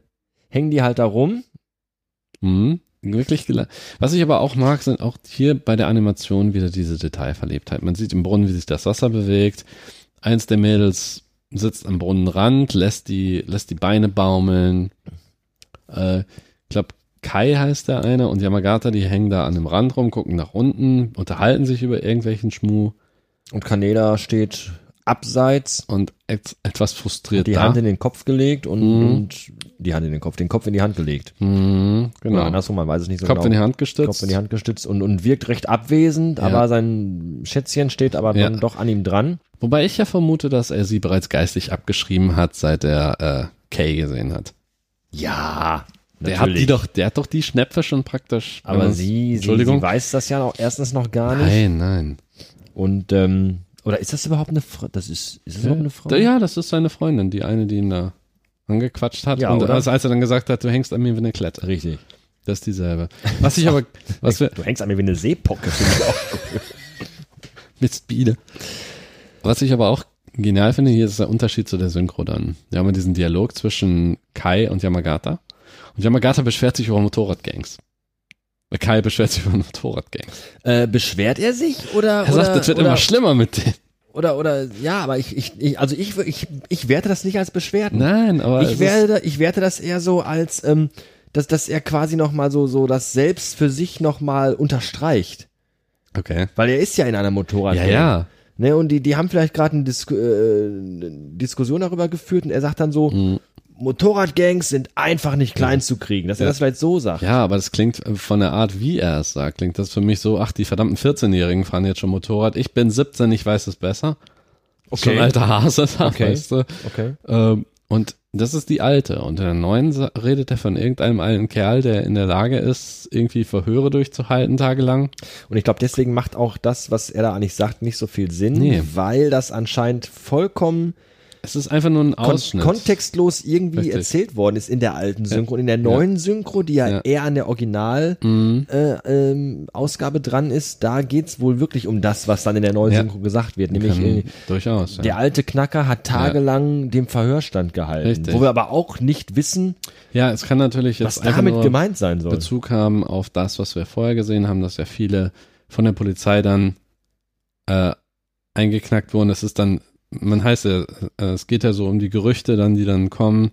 [SPEAKER 3] hängen die halt da rum.
[SPEAKER 2] Mhm. Wirklich gele- Was ich aber auch mag, sind auch hier bei der Animation wieder diese Detailverliebtheit. Man sieht im Brunnen, wie sich das Wasser bewegt. Eins der Mädels sitzt am Brunnenrand, lässt die, lässt die Beine baumeln. Äh, ich glaube, Kai heißt der eine und Yamagata, die hängen da an dem Rand rum, gucken nach unten, unterhalten sich über irgendwelchen Schmuh
[SPEAKER 3] Und Kaneda steht abseits.
[SPEAKER 2] und et etwas frustriert
[SPEAKER 3] Die
[SPEAKER 2] da.
[SPEAKER 3] Hand in den Kopf gelegt und,
[SPEAKER 2] Mhm.
[SPEAKER 3] und die Hand in den Kopf, den Kopf in die Hand gelegt.
[SPEAKER 2] Mhm,
[SPEAKER 3] Oder
[SPEAKER 2] genau.
[SPEAKER 3] andersrum, man weiß es nicht so
[SPEAKER 2] Kopf
[SPEAKER 3] genau.
[SPEAKER 2] in die Hand gestützt.
[SPEAKER 3] Kopf in die Hand gestützt und, und wirkt recht abwesend,
[SPEAKER 2] Ja.
[SPEAKER 3] aber sein Schätzchen steht aber
[SPEAKER 2] Ja.
[SPEAKER 3] dann doch an ihm dran.
[SPEAKER 2] Wobei ich ja vermute, dass er sie bereits geistig abgeschrieben hat, seit er äh, Kay gesehen hat.
[SPEAKER 3] Ja,
[SPEAKER 2] Der hat, die doch, der hat doch die Schnäpfe schon praktisch. wenn
[SPEAKER 3] Aber
[SPEAKER 2] man-
[SPEAKER 3] sie, sie,
[SPEAKER 2] Entschuldigung.
[SPEAKER 3] sie weiß das ja auch erstens noch gar nicht.
[SPEAKER 2] nein, nein.
[SPEAKER 3] Und ähm, oder ist das überhaupt eine Frau? Das ist, ist das überhaupt eine Frau?
[SPEAKER 2] Da- Ja, das ist seine Freundin, die eine, die ihn da angequatscht hat.
[SPEAKER 3] Ja,
[SPEAKER 2] und
[SPEAKER 3] oder?
[SPEAKER 2] als, als er dann gesagt hat, du hängst an mir wie eine Klette.
[SPEAKER 3] Richtig.
[SPEAKER 2] Das ist dieselbe. Was ich aber, was wir,
[SPEAKER 3] Du hängst an mir wie eine Seepocke, finde ich auch.
[SPEAKER 2] mit Biele. Was ich aber auch genial finde, hier ist der Unterschied zu der Synchro dann. Wir haben ja diesen Dialog zwischen Kai und Yamagata. Und Yamagata beschwert sich über Motorradgangs. Kai beschwert sich über Motorradgangs.
[SPEAKER 3] Äh, beschwert er sich oder
[SPEAKER 2] Er
[SPEAKER 3] oder,
[SPEAKER 2] sagt, das wird
[SPEAKER 3] oder,
[SPEAKER 2] immer schlimmer mit denen.
[SPEAKER 3] oder oder ja, aber ich, ich, ich also ich, ich ich werte das nicht als Beschwerden.
[SPEAKER 2] Nein, aber es
[SPEAKER 3] ich
[SPEAKER 2] ist-
[SPEAKER 3] werde ich werte das eher so als ähm, dass dass er quasi noch mal so so das selbst für sich noch mal unterstreicht,
[SPEAKER 2] Okay.
[SPEAKER 3] weil er ist ja in einer Motorrad.
[SPEAKER 2] Ja, ja.
[SPEAKER 3] Ne, und die, die haben vielleicht gerade eine, Disku äh, eine Diskussion darüber geführt und er sagt dann so, Motorradgangs sind einfach nicht klein zu kriegen, dass er
[SPEAKER 2] Hm. Ja.
[SPEAKER 3] das vielleicht so sagt.
[SPEAKER 2] Ja, aber das klingt äh, von der Art, wie er es sagt, klingt das für mich so, ach, die verdammten 14-Jährigen fahren jetzt schon Motorrad. Ich bin 17, ich weiß es besser. Okay. Schon ein alter Hase da,
[SPEAKER 3] Okay.
[SPEAKER 2] weißt du.
[SPEAKER 3] Okay.
[SPEAKER 2] Ähm, und das ist die alte. Und in der neuen sa- redet er von irgendeinem alten Kerl, der in der Lage ist, irgendwie Verhöre durchzuhalten tagelang.
[SPEAKER 3] Und ich glaube, deswegen macht auch das, was er da eigentlich sagt, nicht so viel Sinn,
[SPEAKER 2] Nee.
[SPEAKER 3] weil das anscheinend vollkommen
[SPEAKER 2] Es ist einfach nur ein
[SPEAKER 3] kon
[SPEAKER 2] Ausschnitt.
[SPEAKER 3] kontextlos irgendwie
[SPEAKER 2] Richtig.
[SPEAKER 3] erzählt worden ist in der alten Synchro. Und in der neuen Synchro, die ja,
[SPEAKER 2] Ja. Mhm.
[SPEAKER 3] eher an der Original-Ausgabe äh, ähm, Ausgabe dran ist, da geht's wohl wirklich um das, was dann in der neuen
[SPEAKER 2] Ja.
[SPEAKER 3] Synchro gesagt wird, nämlich äh,
[SPEAKER 2] Kann, Ähm, durchaus. Ja.
[SPEAKER 3] Der alte Knacker hat tagelang dem Verhörstand gehalten,
[SPEAKER 2] Richtig.
[SPEAKER 3] wo wir aber auch nicht wissen,
[SPEAKER 2] ja, es kann natürlich
[SPEAKER 3] was
[SPEAKER 2] jetzt einfach
[SPEAKER 3] damit
[SPEAKER 2] nur
[SPEAKER 3] gemeint sein soll.
[SPEAKER 2] Bezug haben auf das, was wir vorher gesehen haben, dass ja viele von der Polizei dann äh, eingeknackt wurden. Es ist dann, man heißt ja, äh, es geht ja so um die Gerüchte dann, die dann kommen.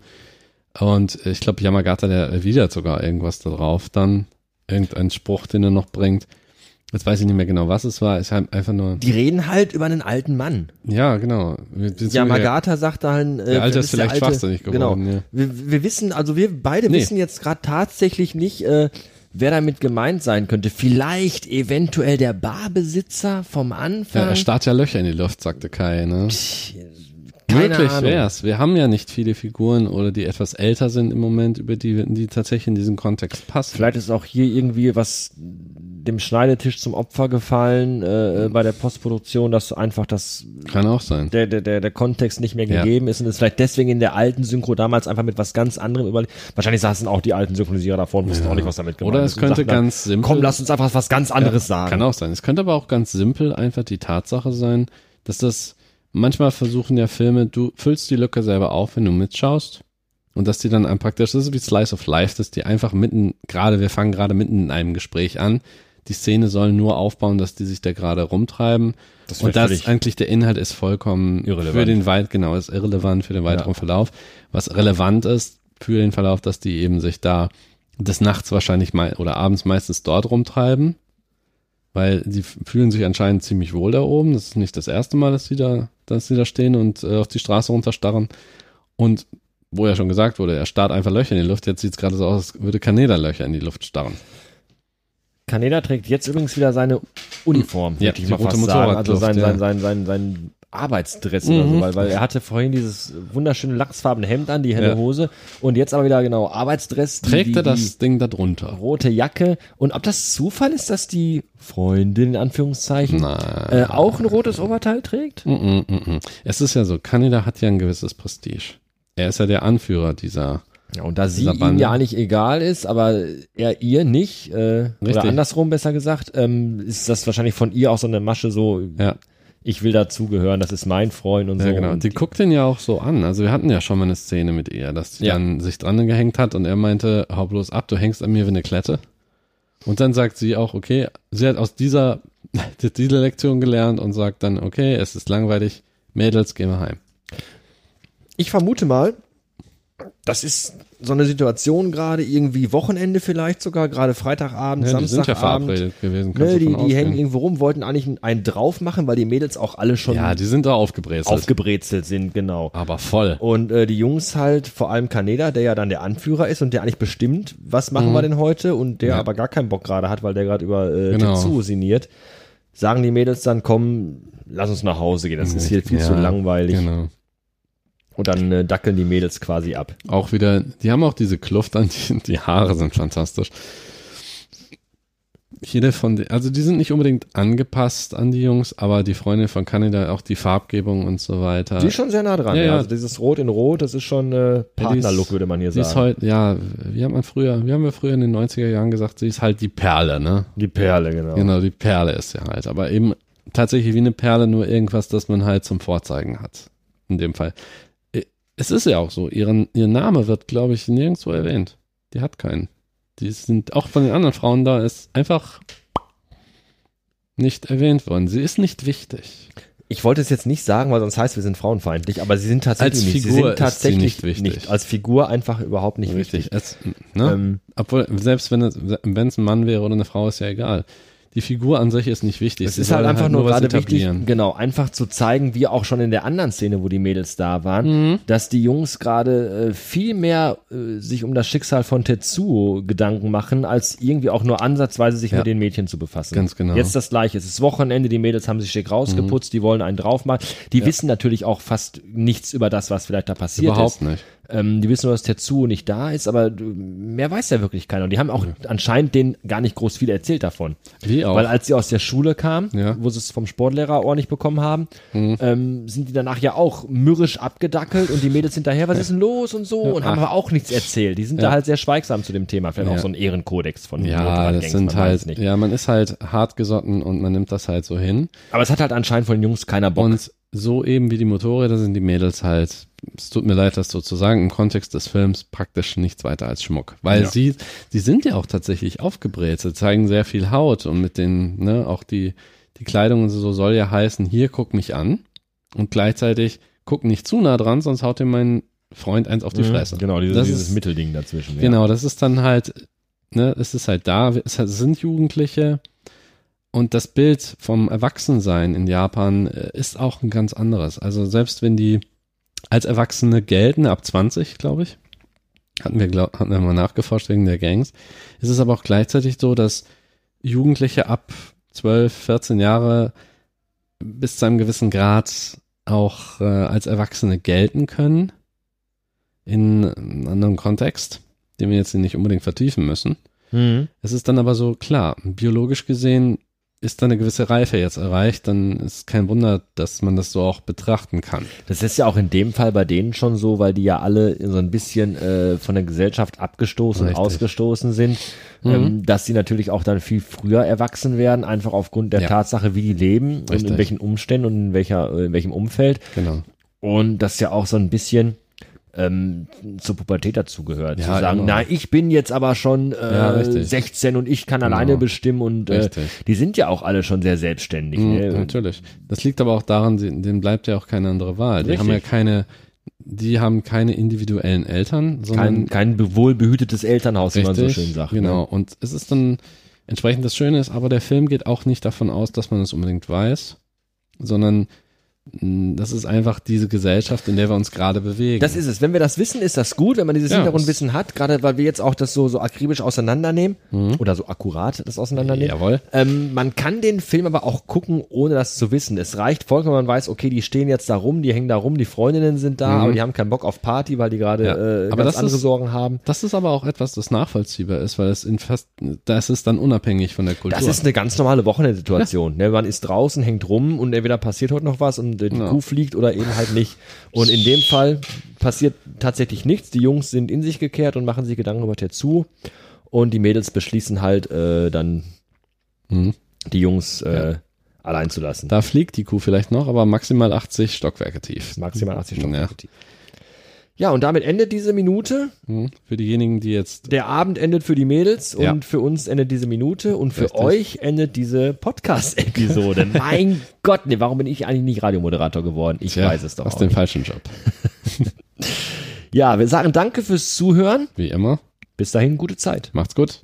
[SPEAKER 2] Und ich glaube, Yamagata, der erwidert sogar irgendwas darauf dann. Irgendein Spruch, den er noch bringt. Jetzt weiß ich nicht mehr genau, was es war. Es ist halt einfach nur,
[SPEAKER 3] Die reden halt über einen alten Mann.
[SPEAKER 2] ja, genau. Wir- wir sind
[SPEAKER 3] Ja,
[SPEAKER 2] wieder-
[SPEAKER 3] Magata sagt dann, äh,
[SPEAKER 2] Der Alte ist
[SPEAKER 3] der
[SPEAKER 2] vielleicht schwachsinnig geworden,
[SPEAKER 3] Genau.
[SPEAKER 2] ja.
[SPEAKER 3] Wir, wir wissen, also wir beide
[SPEAKER 2] Nee.
[SPEAKER 3] wissen jetzt gerade tatsächlich nicht, äh, wer damit gemeint sein könnte. Vielleicht eventuell der Barbesitzer vom
[SPEAKER 2] Ja,
[SPEAKER 3] Anfang.
[SPEAKER 2] er starrt ja Löcher in die Luft, sagte Kai, ne?
[SPEAKER 3] Keine
[SPEAKER 2] Möglich
[SPEAKER 3] Ahnung.
[SPEAKER 2] wär's. Wir haben ja nicht viele Figuren oder die etwas älter sind im Moment, über die, wir- die tatsächlich in diesen Kontext passen.
[SPEAKER 3] Vielleicht ist auch hier irgendwie was dem Schneidetisch zum Opfer gefallen äh, äh, bei der Postproduktion, dass einfach das
[SPEAKER 2] Kann auch sein.
[SPEAKER 3] der, der, der, der Kontext nicht mehr
[SPEAKER 2] Ja.
[SPEAKER 3] gegeben ist und es vielleicht deswegen in der alten Synchro damals einfach mit was ganz anderem überlegt. Wahrscheinlich saßen auch die alten Synchronisierer davor und wussten auch nicht, was damit gemeint
[SPEAKER 2] Oder
[SPEAKER 3] ist.
[SPEAKER 2] es könnte
[SPEAKER 3] und sagten
[SPEAKER 2] ganz
[SPEAKER 3] dann,
[SPEAKER 2] simpel. genau.
[SPEAKER 3] Komm, lass uns einfach was ganz anderes sagen.
[SPEAKER 2] Kann auch sein. Es könnte aber auch ganz simpel einfach die Tatsache sein, dass das manchmal versuchen ja Filme, du füllst die Lücke selber auf, wenn du mitschaust. Und dass die dann einem praktisch, das ist wie Slice of Life, dass die einfach mitten, gerade, wir fangen gerade mitten in einem Gespräch an. Die Szene soll nur aufbauen, dass die sich da gerade rumtreiben.
[SPEAKER 3] Das
[SPEAKER 2] und
[SPEAKER 3] wird
[SPEAKER 2] das
[SPEAKER 3] völlig-
[SPEAKER 2] eigentlich der Inhalt ist vollkommen
[SPEAKER 3] Irrelevant.
[SPEAKER 2] für den weit, genau, ist irrelevant für den weiteren Verlauf. Was relevant ist für den Verlauf, dass die eben sich da des Nachts wahrscheinlich mei- oder abends meistens dort rumtreiben. Weil sie f- fühlen sich anscheinend ziemlich wohl da oben. Das ist nicht das erste Mal, dass sie da, dass sie da stehen und äh, auf die Straße runterstarren. Und wo ja schon gesagt wurde, er starrt einfach Löcher in die Luft. Jetzt sieht es gerade so aus, als würde Kaneda Löcher in die Luft starren.
[SPEAKER 3] Kaneda trägt jetzt übrigens wieder seine Uniform,
[SPEAKER 2] Ja,
[SPEAKER 3] würde ich
[SPEAKER 2] die
[SPEAKER 3] mal
[SPEAKER 2] rote
[SPEAKER 3] fast sagen. Also
[SPEAKER 2] Motorradkluft,
[SPEAKER 3] sein,
[SPEAKER 2] ja. Mhm.
[SPEAKER 3] sein, sein, sein, sein Arbeitsdress oder so, weil, weil er hatte vorhin dieses wunderschöne lachsfarbene Hemd an, die helle
[SPEAKER 2] Ja.
[SPEAKER 3] Hose und jetzt aber wieder genau Arbeitsdress. Die,
[SPEAKER 2] Trägt
[SPEAKER 3] die,
[SPEAKER 2] er das Ding da drunter?
[SPEAKER 3] Die rote Jacke und ob das Zufall ist, dass die Freundin in Anführungszeichen
[SPEAKER 2] Nein.
[SPEAKER 3] äh, auch ein rotes Oberteil trägt?
[SPEAKER 2] Mm, mm, mm, mm. Es ist ja so, Kaneda hat ja ein gewisses Prestige. Er ist ja der Anführer dieser.
[SPEAKER 3] Ja, und da sie
[SPEAKER 2] Dieser
[SPEAKER 3] ihm
[SPEAKER 2] Bande.
[SPEAKER 3] ja eigentlich egal ist, aber er ihr nicht, äh, oder
[SPEAKER 2] Richtig.
[SPEAKER 3] andersrum besser gesagt, ähm, ist das wahrscheinlich von ihr auch so eine Masche so,
[SPEAKER 2] Ja,
[SPEAKER 3] ich will dazugehören, das ist mein Freund und
[SPEAKER 2] ja
[SPEAKER 3] so.
[SPEAKER 2] genau.
[SPEAKER 3] Und
[SPEAKER 2] Die guckt den ja auch so an. Also wir hatten ja schon mal eine Szene mit ihr, dass die
[SPEAKER 3] Ja.
[SPEAKER 2] dann sich dran gehängt hat und er meinte, hau bloß ab, du hängst an mir wie eine Klette. Und dann sagt sie auch, okay, sie hat aus dieser, dieser Lektion gelernt und sagt dann, okay, es ist langweilig, Mädels, gehen wir heim.
[SPEAKER 3] ich vermute mal, das ist so eine Situation gerade irgendwie Wochenende vielleicht sogar, gerade Freitagabend,
[SPEAKER 2] Ja, die sind ja
[SPEAKER 3] Samstagabend.
[SPEAKER 2] verabredet gewesen. kannst
[SPEAKER 3] ne,
[SPEAKER 2] du
[SPEAKER 3] die,
[SPEAKER 2] davon
[SPEAKER 3] die hängen
[SPEAKER 2] ausgehen.
[SPEAKER 3] irgendwo rum, wollten eigentlich einen drauf machen, weil die Mädels auch alle schon
[SPEAKER 2] Ja, die sind da aufgebrezelt.
[SPEAKER 3] aufgebrezelt sind, genau.
[SPEAKER 2] aber voll.
[SPEAKER 3] Und äh, die Jungs halt, vor allem Kaneda, der ja dann der Anführer ist und der eigentlich bestimmt, was machen wir denn heute und der
[SPEAKER 2] Mhm. Ja.
[SPEAKER 3] aber gar keinen Bock gerade hat, weil der gerade über äh,
[SPEAKER 2] Genau.
[SPEAKER 3] Tetsu sinniert, sagen die Mädels dann, komm, lass uns nach Hause gehen, das ist hier viel
[SPEAKER 2] Ja,
[SPEAKER 3] zu langweilig.
[SPEAKER 2] Genau.
[SPEAKER 3] Und dann äh, dackeln die Mädels quasi ab.
[SPEAKER 2] Auch wieder, die haben auch diese Kluft an, die, die Haare sind fantastisch. Jede von, den- also die sind nicht unbedingt angepasst an die Jungs, aber die Freundin von Kanada, auch die Farbgebung und so weiter.
[SPEAKER 3] Die ist schon sehr nah dran.
[SPEAKER 2] Ja,
[SPEAKER 3] Ja,
[SPEAKER 2] ja.
[SPEAKER 3] Also dieses Rot in Rot, das ist schon äh, Partnerlook, würde man hier
[SPEAKER 2] die ist
[SPEAKER 3] sagen.
[SPEAKER 2] heute, ja, wie haben wir früher, wie haben wir früher in den 90er Jahren gesagt, sie ist halt die Perle, ne?
[SPEAKER 3] Die Perle, genau.
[SPEAKER 2] Genau, die Perle ist ja halt, aber eben tatsächlich wie eine Perle, nur irgendwas, das man halt zum Vorzeigen hat. In dem Fall. Äh, Es ist ja auch so, ihren, ihr Name wird, glaube ich, nirgendwo erwähnt. Die hat keinen. Die sind auch von den anderen Frauen da, ist einfach nicht erwähnt worden. Sie ist nicht wichtig.
[SPEAKER 3] Ich wollte es jetzt nicht sagen, weil sonst heißt, wir sind frauenfeindlich, aber sie sind tatsächlich
[SPEAKER 2] Als
[SPEAKER 3] nicht. sie
[SPEAKER 2] Figur
[SPEAKER 3] sind
[SPEAKER 2] ist sie
[SPEAKER 3] tatsächlich
[SPEAKER 2] nicht wichtig.
[SPEAKER 3] Als Figur einfach überhaupt nicht wichtig.
[SPEAKER 2] Es, ne?
[SPEAKER 3] Ähm,
[SPEAKER 2] Obwohl, selbst wenn es wenn es ein Mann wäre oder eine Frau, ist ja egal. Die Figur an sich ist nicht wichtig.
[SPEAKER 3] es
[SPEAKER 2] Sie
[SPEAKER 3] ist halt
[SPEAKER 2] soll
[SPEAKER 3] einfach nur
[SPEAKER 2] was
[SPEAKER 3] gerade wichtig,
[SPEAKER 2] etablieren.
[SPEAKER 3] genau, einfach zu zeigen, wie auch schon in der anderen Szene, wo die Mädels da waren,
[SPEAKER 2] Mhm.
[SPEAKER 3] dass die Jungs gerade äh, viel mehr äh, sich um das Schicksal von Tetsuo Gedanken machen, als irgendwie auch nur ansatzweise sich mit den Mädchen zu befassen.
[SPEAKER 2] Ganz genau. Mhm.
[SPEAKER 3] Jetzt das gleiche, es ist Wochenende, die Mädels haben sich schick rausgeputzt, die wollen einen drauf machen. Die wissen natürlich auch fast nichts über das, was vielleicht da passiert ist.
[SPEAKER 2] Überhaupt nicht.
[SPEAKER 3] Ähm, die wissen nur, dass Tetsuo nicht da ist, aber du- mehr weiß ja wirklich keiner. Und die haben auch anscheinend denen gar nicht groß viel erzählt davon.
[SPEAKER 2] Wie auch.
[SPEAKER 3] Weil als sie aus der Schule kamen,
[SPEAKER 2] Ja. Mhm.
[SPEAKER 3] wo sie es vom Sportlehrer ordentlich bekommen haben, ähm, sind die danach ja auch mürrisch abgedackelt und die Mädels hinterher, was ist denn los und so und haben aber auch nichts erzählt. Die sind da halt sehr schweigsam zu dem Thema. Vielleicht auch so ein Ehrenkodex von
[SPEAKER 2] Ja,
[SPEAKER 3] Motorradgangs,
[SPEAKER 2] das
[SPEAKER 3] man
[SPEAKER 2] sind
[SPEAKER 3] weiß
[SPEAKER 2] halt,
[SPEAKER 3] es nicht.
[SPEAKER 2] ja, man ist halt hartgesotten und man nimmt das halt so hin.
[SPEAKER 3] Aber es hat halt anscheinend von den Jungs keiner Bock.
[SPEAKER 2] Und so eben wie die Motorräder sind die Mädels halt, es tut mir leid, das so zu sagen, im Kontext des Films praktisch nichts weiter als Schmuck. Weil sie, sie sind ja auch tatsächlich aufgebrezelt, zeigen sehr viel Haut und mit den, ne, auch die, die Kleidung und so soll ja heißen, hier guck mich an und gleichzeitig guck nicht zu nah dran, sonst haut dir mein Freund eins auf die Fresse.
[SPEAKER 3] Genau, dieses,
[SPEAKER 2] Das
[SPEAKER 3] dieses
[SPEAKER 2] ist-
[SPEAKER 3] Mittelding dazwischen. ja.
[SPEAKER 2] Genau, das ist dann halt, ne, es ist halt da, es hat- es sind Jugendliche und das Bild vom Erwachsensein in Japan äh, ist auch ein ganz anderes. Also selbst wenn die als Erwachsene gelten, ab 20, glaube ich, hatten wir, glaub, hatten wir mal nachgeforscht wegen der Gangs, ist es aber auch gleichzeitig so, dass Jugendliche ab 12, 14 Jahre bis zu einem gewissen Grad auch äh, als Erwachsene gelten können in einem anderen Kontext, den wir jetzt hier nicht unbedingt vertiefen müssen.
[SPEAKER 3] Mhm.
[SPEAKER 2] Es ist dann aber so, klar, biologisch gesehen ist da eine gewisse Reife jetzt erreicht, dann ist kein Wunder, dass man das so auch betrachten kann.
[SPEAKER 3] Das ist ja auch in dem Fall bei denen schon so, weil die ja alle so ein bisschen äh, von der Gesellschaft abgestoßen und
[SPEAKER 2] Richtig. Mhm.
[SPEAKER 3] ausgestoßen sind, ähm, dass sie natürlich auch dann viel früher erwachsen werden, einfach aufgrund der
[SPEAKER 2] Ja.
[SPEAKER 3] Tatsache, wie die leben und in
[SPEAKER 2] Richtig.
[SPEAKER 3] welchen Umständen und in, welcher, äh, in welchem Umfeld.
[SPEAKER 2] Genau.
[SPEAKER 3] Und das ja auch so ein bisschen ähm, zur Pubertät dazugehört.
[SPEAKER 2] Ja,
[SPEAKER 3] zu sagen,
[SPEAKER 2] immer.
[SPEAKER 3] na, ich bin jetzt aber schon äh,
[SPEAKER 2] Ja, richtig.
[SPEAKER 3] 16 und ich kann alleine
[SPEAKER 2] Genau.
[SPEAKER 3] bestimmen und äh,
[SPEAKER 2] Richtig.
[SPEAKER 3] die sind ja auch alle schon sehr selbstständig.
[SPEAKER 2] Mhm,
[SPEAKER 3] ne?
[SPEAKER 2] natürlich. Das liegt aber auch daran, sie- denen bleibt ja auch keine andere Wahl. Die
[SPEAKER 3] Richtig.
[SPEAKER 2] haben ja keine, die haben keine individuellen Eltern, sondern
[SPEAKER 3] Kein, kein be- wohlbehütetes Elternhaus, wie man so schön sagt. ne?
[SPEAKER 2] Genau. Und es ist dann entsprechend das Schöne ist, aber der Film geht auch nicht davon aus, dass man es unbedingt weiß, sondern hm, Das ist einfach diese Gesellschaft, in der wir uns gerade bewegen.
[SPEAKER 3] Das ist es. Wenn wir das wissen, ist das gut, wenn man dieses
[SPEAKER 2] Ja,
[SPEAKER 3] Hintergrundwissen hat, gerade weil wir jetzt auch das so, so akribisch auseinandernehmen oder so akkurat das auseinandernehmen.
[SPEAKER 2] Mhm. Jawohl.
[SPEAKER 3] Ähm, man kann den Film aber auch gucken, ohne das zu wissen. Es reicht vollkommen, wenn man weiß, okay, die stehen jetzt da rum, die hängen da rum, die Freundinnen sind da, aber die haben keinen Bock auf Party, weil die gerade
[SPEAKER 2] Mhm. Ja.
[SPEAKER 3] äh,
[SPEAKER 2] Aber
[SPEAKER 3] ganz
[SPEAKER 2] das
[SPEAKER 3] andere
[SPEAKER 2] ist-
[SPEAKER 3] Sorgen haben.
[SPEAKER 2] das ist aber auch etwas, das nachvollziehbar ist, weil es in fast, das ist dann unabhängig von der Kultur.
[SPEAKER 3] Das ist eine ganz normale Wochenendsituation. Ne? Man ist draußen, hängt rum und entweder passiert heute noch was und die
[SPEAKER 2] Ja.
[SPEAKER 3] Kuh fliegt oder eben halt nicht. Und in dem Fall passiert tatsächlich nichts. Die Jungs sind in sich gekehrt und machen sich Gedanken über Tetsu. Und die Mädels beschließen halt äh, dann
[SPEAKER 2] Mhm.
[SPEAKER 3] die Jungs äh, allein zu lassen.
[SPEAKER 2] da fliegt die Kuh vielleicht noch, aber maximal 80 Stockwerke tief.
[SPEAKER 3] Maximal 80 Stunden.
[SPEAKER 2] Mhm. Ja.
[SPEAKER 3] Ja, und damit endet diese Minute.
[SPEAKER 2] Mhm. Für diejenigen, die jetzt
[SPEAKER 3] Der Abend endet für die Mädels und
[SPEAKER 2] Ja.
[SPEAKER 3] für uns endet diese Minute und für
[SPEAKER 2] Richtig.
[SPEAKER 3] euch endet diese Podcast-Episode. mein Gott, nee, warum bin ich eigentlich nicht Radiomoderator geworden? Ich
[SPEAKER 2] Tja,
[SPEAKER 3] weiß es doch
[SPEAKER 2] aus
[SPEAKER 3] auch
[SPEAKER 2] dem
[SPEAKER 3] nicht.
[SPEAKER 2] falschen Job.
[SPEAKER 3] Ja, wir sagen danke fürs Zuhören.
[SPEAKER 2] Wie immer,
[SPEAKER 3] Bis dahin, gute Zeit.
[SPEAKER 2] macht's gut.